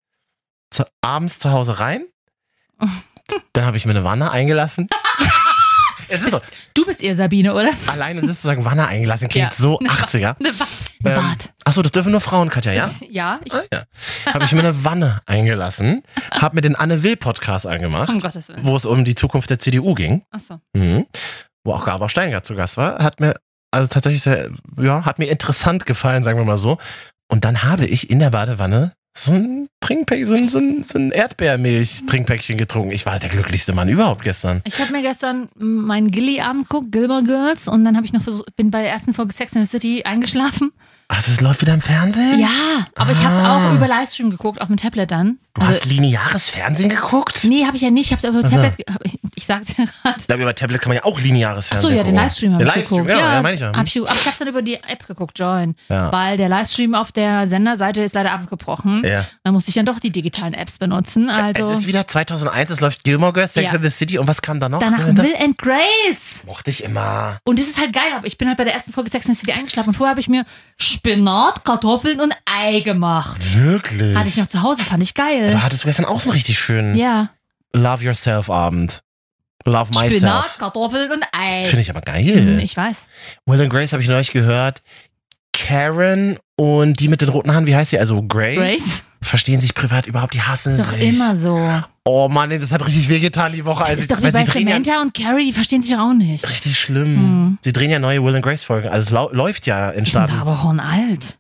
zu, abends zu Hause rein. Dann habe ich mir eine Wanne eingelassen. es ist so, Du bist ihr, Sabine, oder? alleine das zu sagen, Wanne eingelassen, klingt Ja. so 80er. Eine Wa- Ähm, ein Bart. Achso, das dürfen nur Frauen, Katja, ja? Ja, ich, Ah, ja. Habe ich mir eine Wanne eingelassen, habe mir den Anne Will Podcast um angemacht, Gottes Willen. wo es um die Zukunft der CDU ging, Achso. mhm. wo auch Gabor Steingart zu Gast war, hat mir also tatsächlich sehr, ja, hat mir interessant gefallen, sagen wir mal so. Und dann habe ich in der Badewanne so ein Trinkpäckchen, so ein, so ein, so ein Erdbeermilch-Trinkpäckchen getrunken. Ich war der glücklichste Mann überhaupt gestern. Ich habe mir gestern mm, meinen Gilly abend geguckt, Gilmore Girls, und dann habe ich noch versucht, bin bei der ersten Folge Sex in the City eingeschlafen. Ach, Ah, das läuft wieder im Fernsehen? Ja, aber ich habe es Ah. auch über Livestream geguckt, auf dem Tablet dann. Du hast lineares Fernsehen geguckt? also nee, habe ich ja nicht, ich habe es über Aha. Tablet, ge- hab, ich- ich sagte gerade. Ich glaube, über Tablet kann man ja auch lineares Achso, Fernsehen ja, den gucken. Livestream habe Den ich Livestream, genau, geguckt. ja, ja, meine ich ja. Hab ich, aber ich habe dann über die App geguckt, Join. Ja. Weil der Livestream auf der Senderseite ist leider abgebrochen. ja. Da musste ich dann doch die digitalen Apps benutzen. Also es ist wieder 2001, es läuft Gilmore Girls, Sex Ja. in the City und was kam danach? danach Äh, da- Will and Grace. Mochte ich immer. Und das ist halt geil. aber Ich bin halt bei der ersten Folge Sex and the City eingeschlafen. Und vorher habe ich mir Spinat, Kartoffeln und Ei gemacht. Wirklich? Hatte ich noch zu Hause, fand ich geil. Aber hattest du gestern auch so einen richtig schönen Ja. Love Yourself Abend. Love Spinat, Myself. Kartoffeln und Ei. Finde ich aber Hm, geil. ich weiß. Will and Grace habe ich neulich gehört. Karen und die mit den roten Haaren, wie heißt sie? Also Grace. Grace? Verstehen sich privat überhaupt, die hassen Ist doch sich. immer so. Oh Mann, ey, das hat richtig wehgetan die Woche. Das als ist ich- doch wie weil sie bei drehen ja- Samantha und Carrie, die verstehen sich doch auch nicht. Richtig schlimm. Hm. Sie drehen ja neue Will and Grace Folgen. Also es lau läuft ja in Die sind doch Staaten. aber hornalt.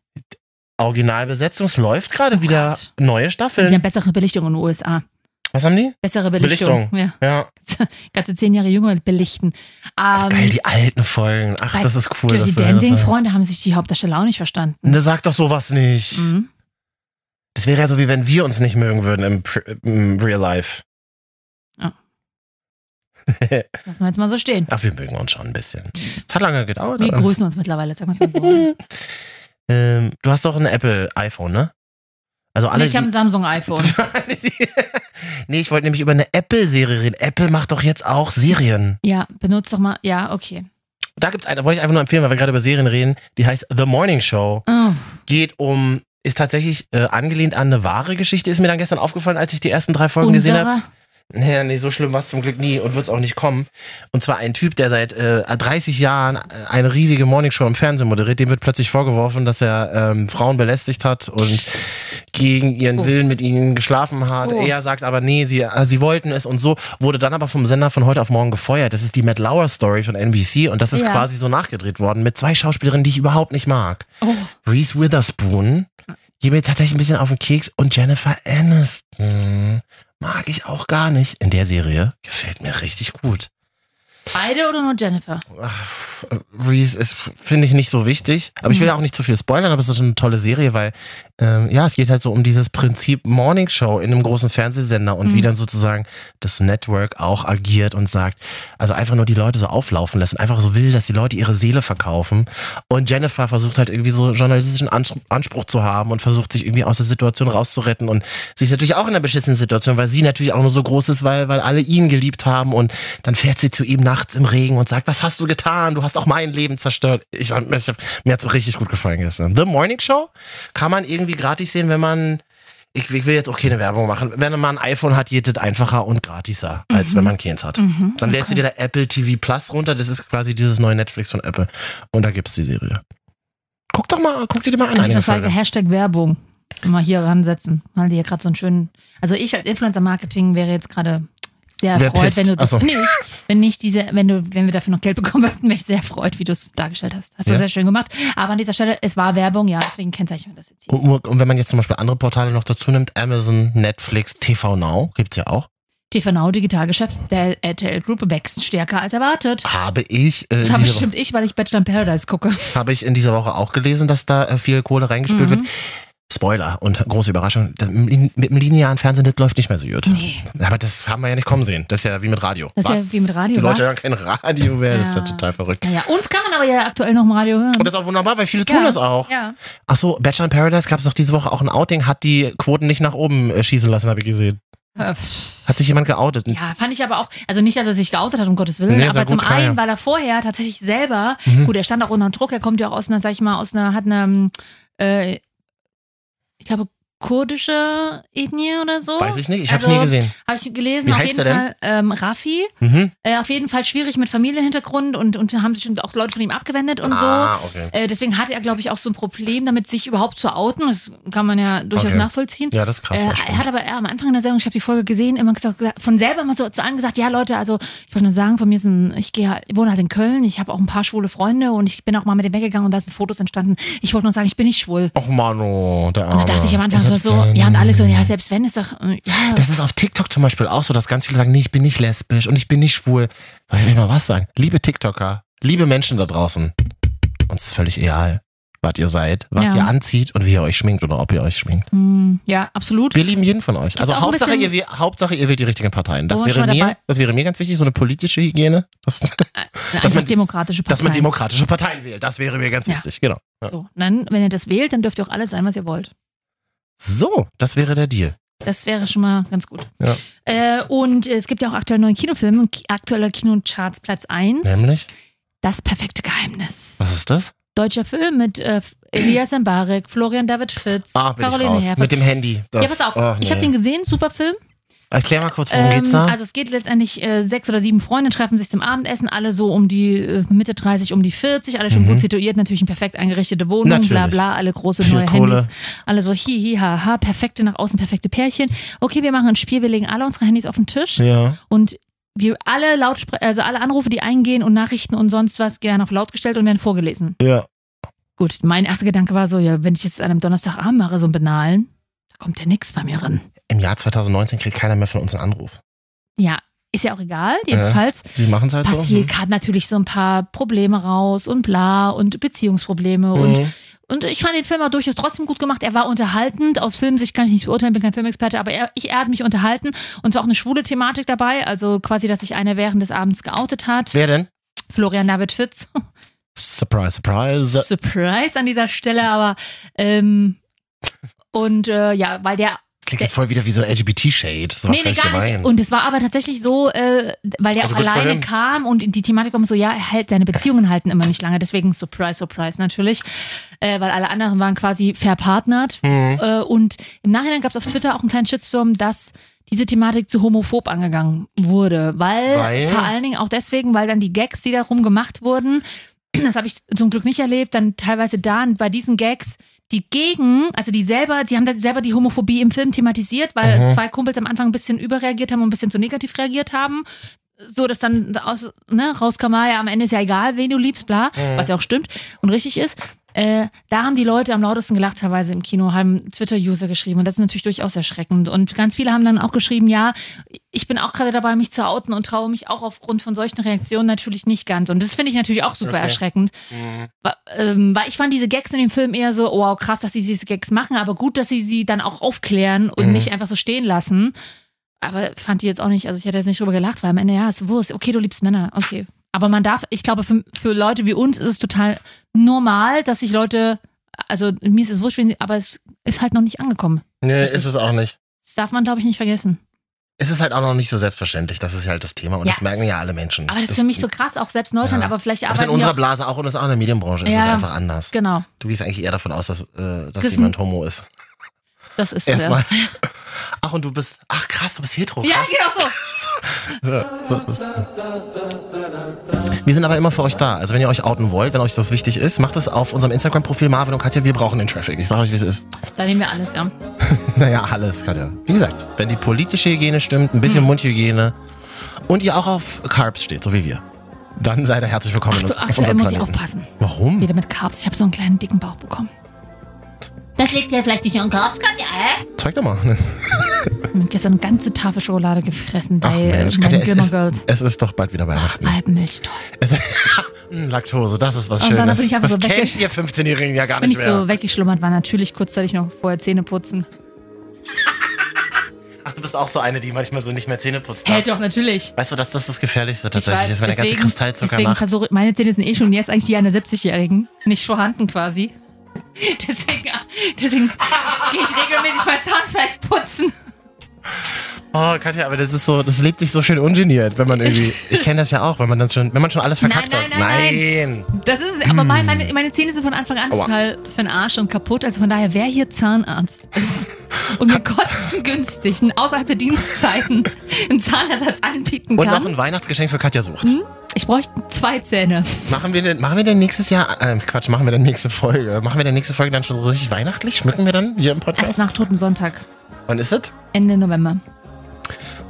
Originalbesetzung. Es läuft gerade Oh wieder Gott. neue Die Staffeln. haben bessere Belichtung in den USA. Was haben die? Bessere Belichtung. Belichtung. Ja. Ja. Ganze zehn Jahre jünger belichten. Ähm, Geil, die alten Folgen. Ach, bei das ist cool. Dirty dass du mir das sagst. Dancing-Freunde haben sich die Hauptdarsteller auch nicht verstanden. Ne, sag doch sowas nicht. Mhm. Das wäre ja so, wie wenn wir uns nicht mögen würden im, Pr- im Real Life. Lassen wir jetzt mal so stehen. Ach, wir mögen uns schon ein bisschen. Es hat lange gedauert. Wir aber- grüßen uns mittlerweile, sagen wir es mal so. ähm, du hast doch ein Apple iPhone, ne? Also alle. Nee, ich habe ein die- Samsung-iPhone. nee, ich wollte nämlich über eine Apple-Serie reden. Apple macht doch jetzt auch Serien. Ja, benutzt doch mal. Ja, okay. Da gibt's eine, wollte ich einfach nur empfehlen, weil wir gerade über Serien reden. Die heißt The Morning Show. Oh, geht um, ist tatsächlich äh, angelehnt an eine wahre Geschichte. Ist mir dann gestern aufgefallen, als ich die ersten drei Folgen gesehen habe. unsere Naja, nee, so schlimm war es zum Glück nie und wird es auch nicht kommen. Und zwar ein Typ, der seit äh, 30 Jahren äh, eine riesige Morningshow im Fernsehen moderiert, dem wird plötzlich vorgeworfen, dass er ähm, Frauen belästigt hat und gegen ihren Willen mit ihnen geschlafen hat. Oh. Er sagt aber, nee, sie, äh, sie wollten es und so, wurde dann aber vom Sender von heute auf morgen gefeuert. Das ist die Matt Lauer Story von NBC und das ist Ja. quasi so nachgedreht worden mit zwei Schauspielerinnen, die ich überhaupt nicht mag. Oh. Reese Witherspoon, geht mir tatsächlich ein bisschen auf den Keks und Jennifer Aniston mag ich auch gar nicht. In der Serie gefällt mir richtig gut. Beide oder nur Jennifer? Ach, äh, Reese ist, finde ich, nicht so wichtig. Aber ich will ja auch nicht zu viel spoilern, aber es ist eine tolle Serie, weil ähm, ja, es geht halt so um dieses Prinzip Morning Show in einem großen Fernsehsender und wie dann sozusagen das Network auch agiert und sagt, also einfach nur die Leute so auflaufen lassen, einfach so will, dass die Leute ihre Seele verkaufen. Und Jennifer versucht halt irgendwie so journalistischen Anspr- Anspruch zu haben und versucht sich irgendwie aus der Situation rauszuretten und sie ist natürlich auch in einer beschissenen Situation, weil sie natürlich auch nur so groß ist, weil, weil alle ihn geliebt haben und dann fährt sie zu ihm nachts im Regen und sagt, was hast du getan? Du hast auch mein Leben zerstört. Ich, hab- ich, hab- mir hat's richtig gut gefallen gestern. The Morning Show kann man irgendwie gratis sehen, wenn man ich, ich will jetzt auch keine Werbung machen. Wenn man ein iPhone hat, geht das einfacher und gratiser, als wenn man keins hat. Mhm, Dann lädst du dir da Apple TV Plus runter. Das ist quasi dieses neue Netflix von Apple. Und da gibt's die Serie. Guck doch mal, guck dir die mal an. Kann ich eine Also das sagen? Folge. Hashtag Werbung. Mal hier ransetzen. Mal dir gerade so einen schönen. Also ich als Influencer-Marketing wäre jetzt gerade sehr Wer erfreut, pisst? wenn du das. Ach so. Nee, wenn nicht diese, wenn du, wenn wir dafür noch Geld bekommen würden, wäre ich sehr erfreut, wie du es dargestellt hast. Hast du Ja. sehr schön gemacht. Aber an dieser Stelle, es war Werbung, ja, deswegen kennzeichnen wir das jetzt hier. Und, und wenn man jetzt zum Beispiel andere Portale noch dazu nimmt, Amazon, Netflix, TV Now gibt's ja auch. TV Now Digitalgeschäft der RTL Gruppe wächst stärker als erwartet. Habe ich, äh, Das diese habe Woche, bestimmt ich, weil ich Bachelor in Paradise gucke. habe ich in dieser Woche auch gelesen, dass da äh, viel Kohle reingespült Mhm. wird. Spoiler und große Überraschung, das, mit mit dem linearen Fernsehen, das läuft nicht mehr so gut. Nee. Aber das haben wir ja nicht kommen sehen. Das ist ja wie mit Radio. Das ist ja wie mit Radio, Die Leute was? hören kein Radio mehr. Das ist ja Ja. total verrückt. Naja, uns kann man aber ja aktuell noch im Radio hören. Und das ist auch wunderbar, weil viele tun Ja, das auch. Ja. Achso, Bachelor in Paradise gab es doch diese Woche auch ein Outing, hat die Quoten nicht nach oben äh, schießen lassen, habe ich gesehen. Äh, Hat sich jemand geoutet? Ja, fand ich aber auch, also nicht, dass er sich geoutet hat, um Gottes Willen, Nee, ist ja aber zum gut, klar, einen, ja. weil er vorher tatsächlich selber, Mhm. gut, er stand auch unter Druck, er kommt ja auch aus einer, sag ich mal, aus einer, hat eine, äh, ich glaube, kurdische Ethnie oder so. Weiß ich nicht, ich habe es Also- nie gesehen. Habe ich gelesen, Wie auf heißt jeden er denn? Fall ähm, Raffi. Mhm. Äh, auf jeden Fall schwierig mit Familienhintergrund und, und haben sich schon auch Leute von ihm abgewendet und so. ah, okay. Äh, deswegen hatte er, glaube ich, auch so ein Problem damit, sich überhaupt zu outen. Das kann man ja durchaus Okay. nachvollziehen. Ja, das ist krass. Äh, ja, er stimmt. hat aber eher am Anfang in der Sendung, ich habe die Folge gesehen, immer gesagt, gesagt- von selber immer so zu allen gesagt, ja Leute, also ich wollte nur sagen, von mir ist ein, ich gehe halt, ich wohne halt in Köln, ich habe auch ein paar schwule Freunde und ich bin auch mal mit dem weggegangen und da sind Fotos entstanden. Ich wollte nur sagen, ich bin nicht schwul. Och Mano, der Und Arme. da dachte ich am Anfang so, Selbst so wenn. ja und alles so, ja selbst wenn ist doch, äh, ja. Das ist auf TikTok zum Beispiel auch so, dass ganz viele sagen, nee, ich bin nicht lesbisch und ich bin nicht schwul. Soll ich euch mal was sagen? Liebe TikToker, liebe Menschen da draußen, uns ist völlig egal, was ihr seid, was Ja. ihr anzieht und wie ihr euch schminkt oder ob ihr euch schminkt. Hm, ja, absolut. Wir lieben jeden von euch. Also auch ein Hauptsache ihr, bisschen- wäh- Hauptsache ihr wählt die richtigen Parteien. Das Wo wir wäre schon mal mir, dabei- das wäre mir ganz wichtig, so eine politische Hygiene, dass, dass Einfach man- demokratische dass man Parteien. demokratische Parteien wählt. Das wäre mir ganz Ja. wichtig, genau. Ja. So, dann, wenn ihr das wählt, dann dürft ihr auch alles sein, was ihr wollt. So, das wäre der Deal. Das wäre schon mal ganz gut. Ja. Äh, und es gibt ja auch aktuell neuen Kinofilm, und ki- aktueller Kinocharts Platz 1. Nämlich, Das perfekte Geheimnis. was ist das? Deutscher Film mit äh, Elias Mbarek, Florian David Fitz, Ah, bin Caroline ich raus. Mit Herford. dem Handy. Das, Ja, pass auf, oh, ich habe nee. den gesehen, super Film. Erklär mal kurz, worum geht's Ähm, da? also es geht letztendlich, äh, sechs oder sieben Freunde treffen sich zum Abendessen, alle so um die äh, Mitte 30, um die 40, alle schon Mhm. gut situiert, natürlich eine perfekt eingerichtete Wohnung, bla Natürlich. bla, alle große Viel neue Kohle. Handys, alle so hi hi ha ha, perfekte nach außen, perfekte Pärchen. Okay, wir machen ein Spiel, wir legen alle unsere Handys auf den Tisch ja. und wir alle Lautspre also alle Anrufe, die eingehen und Nachrichten und sonst was, werden auf laut gestellt und werden vorgelesen. Ja. Gut, mein erster Gedanke war so, ja, wenn ich jetzt an einem Donnerstagabend mache, so ein Banalen, da kommt ja nichts bei mir ran. Im Jahr 2019 kriegt keiner mehr von uns einen Anruf. Ja, ist ja auch egal. Jedenfalls Sie machen es halt passiert so. gerade natürlich so ein paar Probleme raus und bla und Beziehungsprobleme und Mhm. und ich fand den Film auch durchaus trotzdem gut gemacht. Er war unterhaltend. Aus Filmsicht kann ich nicht beurteilen, bin kein Filmexperte, aber er, ich, er hat mich unterhalten. Und zwar auch eine schwule Thematik dabei. Also quasi, dass sich einer während des Abends geoutet hat. Wer denn? Florian David Fitz. Surprise, surprise. Surprise an dieser Stelle, aber ähm, und äh, ja, weil der klingt jetzt voll wieder wie so ein LGBT-Shade. So was gar nee, nee, nicht gar gemeint. nicht. Und es war aber tatsächlich so, äh, weil der Also auch gut für alleine ihn. kam und die Thematik war so, ja, er hält seine Beziehungen halten immer nicht lange, deswegen Surprise, Surprise natürlich, äh, weil alle anderen waren quasi verpartnert. Hm. Mhm. Äh, und im Nachhinein gab es auf Twitter auch einen kleinen Shitstorm, dass diese Thematik zu homophob angegangen wurde, weil, Weil? vor allen Dingen auch deswegen, weil dann die Gags, die darum gemacht wurden, das habe ich zum Glück nicht erlebt, dann teilweise da und bei diesen Gags die gegen, also die selber, die haben dann selber die Homophobie im Film thematisiert, weil Mhm. zwei Kumpels am Anfang ein bisschen überreagiert haben und ein bisschen zu negativ reagiert haben. So, dass dann aus, ne, rauskam, ah ja, am Ende ist ja egal, wen du liebst, bla, Mhm. was ja auch stimmt und richtig ist. Äh, da haben die Leute am lautesten gelacht, teilweise im Kino, haben Twitter-User geschrieben. Und das ist natürlich durchaus erschreckend. Und ganz viele haben dann auch geschrieben, ja, ich bin auch gerade dabei, mich zu outen und traue mich auch aufgrund von solchen Reaktionen natürlich nicht ganz. Und das finde ich natürlich auch super Okay. Mhm. erschreckend. Wa- ähm, Weil ich fand diese Gags in dem Film eher so, wow, krass, dass sie diese Gags machen, aber gut, dass sie sie dann auch aufklären und Mhm. nicht einfach so stehen lassen. Aber fand die jetzt auch nicht, also ich hätte jetzt nicht drüber gelacht, weil am Ende, ja, ist Wurst, okay, du liebst Männer, okay. Aber man darf, ich glaube, für, für Leute wie uns ist es total normal, dass sich Leute, also mir ist es wurscht, wen- aber es ist halt noch nicht angekommen. Nee, ist es auch nicht. Das darf man, glaube ich, nicht vergessen. Es ist halt auch noch nicht so selbstverständlich. Das ist halt das Thema. Und Ja. das merken ja alle Menschen. Aber das ist für mich so krass, auch selbst in Deutschland, Ja. aber vielleicht Das ist arbeiten in wir unserer auch- Blase auch und das ist auch in der Medienbranche. Es ist Ja. einfach anders. Genau, Du gehst eigentlich eher davon aus, dass, äh, dass Gesen- jemand homo ist. das ist so, Erstmal. Ach, und du bist. Ach, krass, du bist hetero. Ja, Ja, Krass. genau so. Ja, so ist es. Wir sind aber immer für euch da. Also wenn ihr euch outen wollt, wenn euch das wichtig ist, macht es auf unserem Instagram-Profil Marvin und Katja. Wir brauchen den Traffic. Ich sage euch, wie es ist. Da nehmen wir alles, Hm. ja. Naja, alles, Katja. Wie gesagt, wenn die politische Hygiene stimmt, ein bisschen Hm. Mundhygiene und ihr auch auf Carbs steht, so wie wir, dann seid ihr herzlich willkommen Ach, so, auf aktuell unserem muss ich Planeten. aufpassen. Warum? Wieder mit Carbs. Ich habe so einen kleinen dicken Bauch bekommen. Das liegt ja vielleicht nicht an Carbs, Katja, hä? Zeig doch mal. Ich habe gestern eine ganze Tafel Schokolade gefressen Ach bei äh, Mensch, meinen Katja, es Gilmore ist, Girls. es ist doch bald wieder Weihnachten. Alpenmilch, toll. Es, Hm, Laktose, das ist was Und dann Schönes. bin ich einfach das so kennt wegge- ihr 15-Jährigen ja gar Wenn nicht ich mehr. so weggeschlummert war, natürlich kurzzeitig noch vorher Zähne putzen. Ach, du bist auch so eine, die manchmal so nicht mehr Zähne putzt. ne? Hält doch, natürlich. Weißt du, dass das das Gefährlichste Ich tatsächlich weiß, ist, wenn der ganze deswegen- Kristallzucker deswegen macht. versuche ich- meine Zähne sind eh schon jetzt eigentlich die einer 70-Jährigen. Nicht vorhanden quasi. Deswegen, deswegen gehe ich regelmäßig mein Zahnfleisch putzen. Oh, Katja, aber das ist so, das lebt sich so schön ungeniert, wenn man irgendwie. Ich kenne das ja auch, wenn man dann schon, wenn man schon alles Nein, verkackt nein, hat. nein, Das ist, es. aber mein- meine, meine Zähne sind von Anfang an Aua. total für den Arsch und kaputt. Also von daher, wer hier Zahnarzt ist und mir kostengünstig und außerhalb der Dienstzeiten einen Zahnersatz anbieten Und noch kann. ein Weihnachtsgeschenk für Katja sucht. Ich bräuchte zwei Zähne. Machen wir denn, machen wir denn nächstes Jahr, äh, Quatsch, machen wir denn nächste Folge? Machen wir denn nächste Folge dann schon so richtig weihnachtlich? Schmücken wir dann hier im Erst Podcast? nach Toten Sonntag, Wann ist es? Ende November.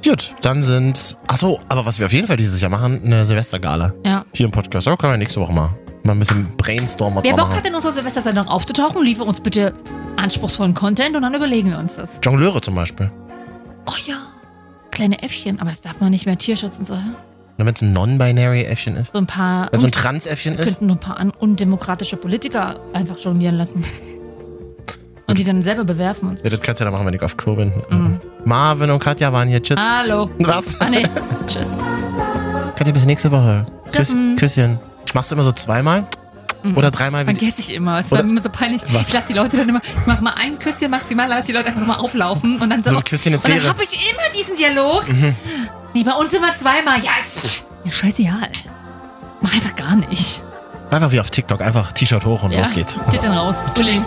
Gut, dann sind, ach so, aber was wir auf jeden Fall dieses Jahr machen, eine Silvestergala. Ja. Hier im Podcast. Da können wir nächste Woche mal, mal ein bisschen brainstormen. was Wer wir Bock machen. hat, in unserer Silvestersendung aufzutauchen, liefere uns bitte anspruchsvollen Content und dann überlegen wir uns das. Jongleure zum Beispiel. Oh ja, kleine Äffchen. Aber das darf man nicht mehr Tierschutz und so. Damit es ein Non-Binary-Äffchen ist. So ein paar... Wenn es so ein Trans-Äffchen ist. könnten nur ein paar an- undemokratische Politiker einfach jonglieren lassen. Und die dann selber bewerfen und so. Ja, das kannst du ja dann machen, wenn ich auf Klo bin. Marvin und Katja waren hier. Tschüss. Hallo. Was? Ah, nee. Tschüss. Katja, bis nächste Woche. Küss, Tschüss. Küsschen. Machst du immer so zweimal? Oder dreimal? Wie die- Vergesse ich immer. Es war Oder- immer so peinlich. Was? Ich lasse die Leute dann immer, ich mach mal ein Küsschen maximal, lasse die Leute einfach mal auflaufen und dann So so. ein Küsschen Mhm. ins und dann Leere. habe ich immer diesen Dialog. Nee, bei uns immer zweimal. Ja, ist ja, scheißegal. Mach einfach gar nicht. Einfach wie auf TikTok. Einfach T-Shirt hoch und Ja. los geht's. Titten raus. Tschüssi.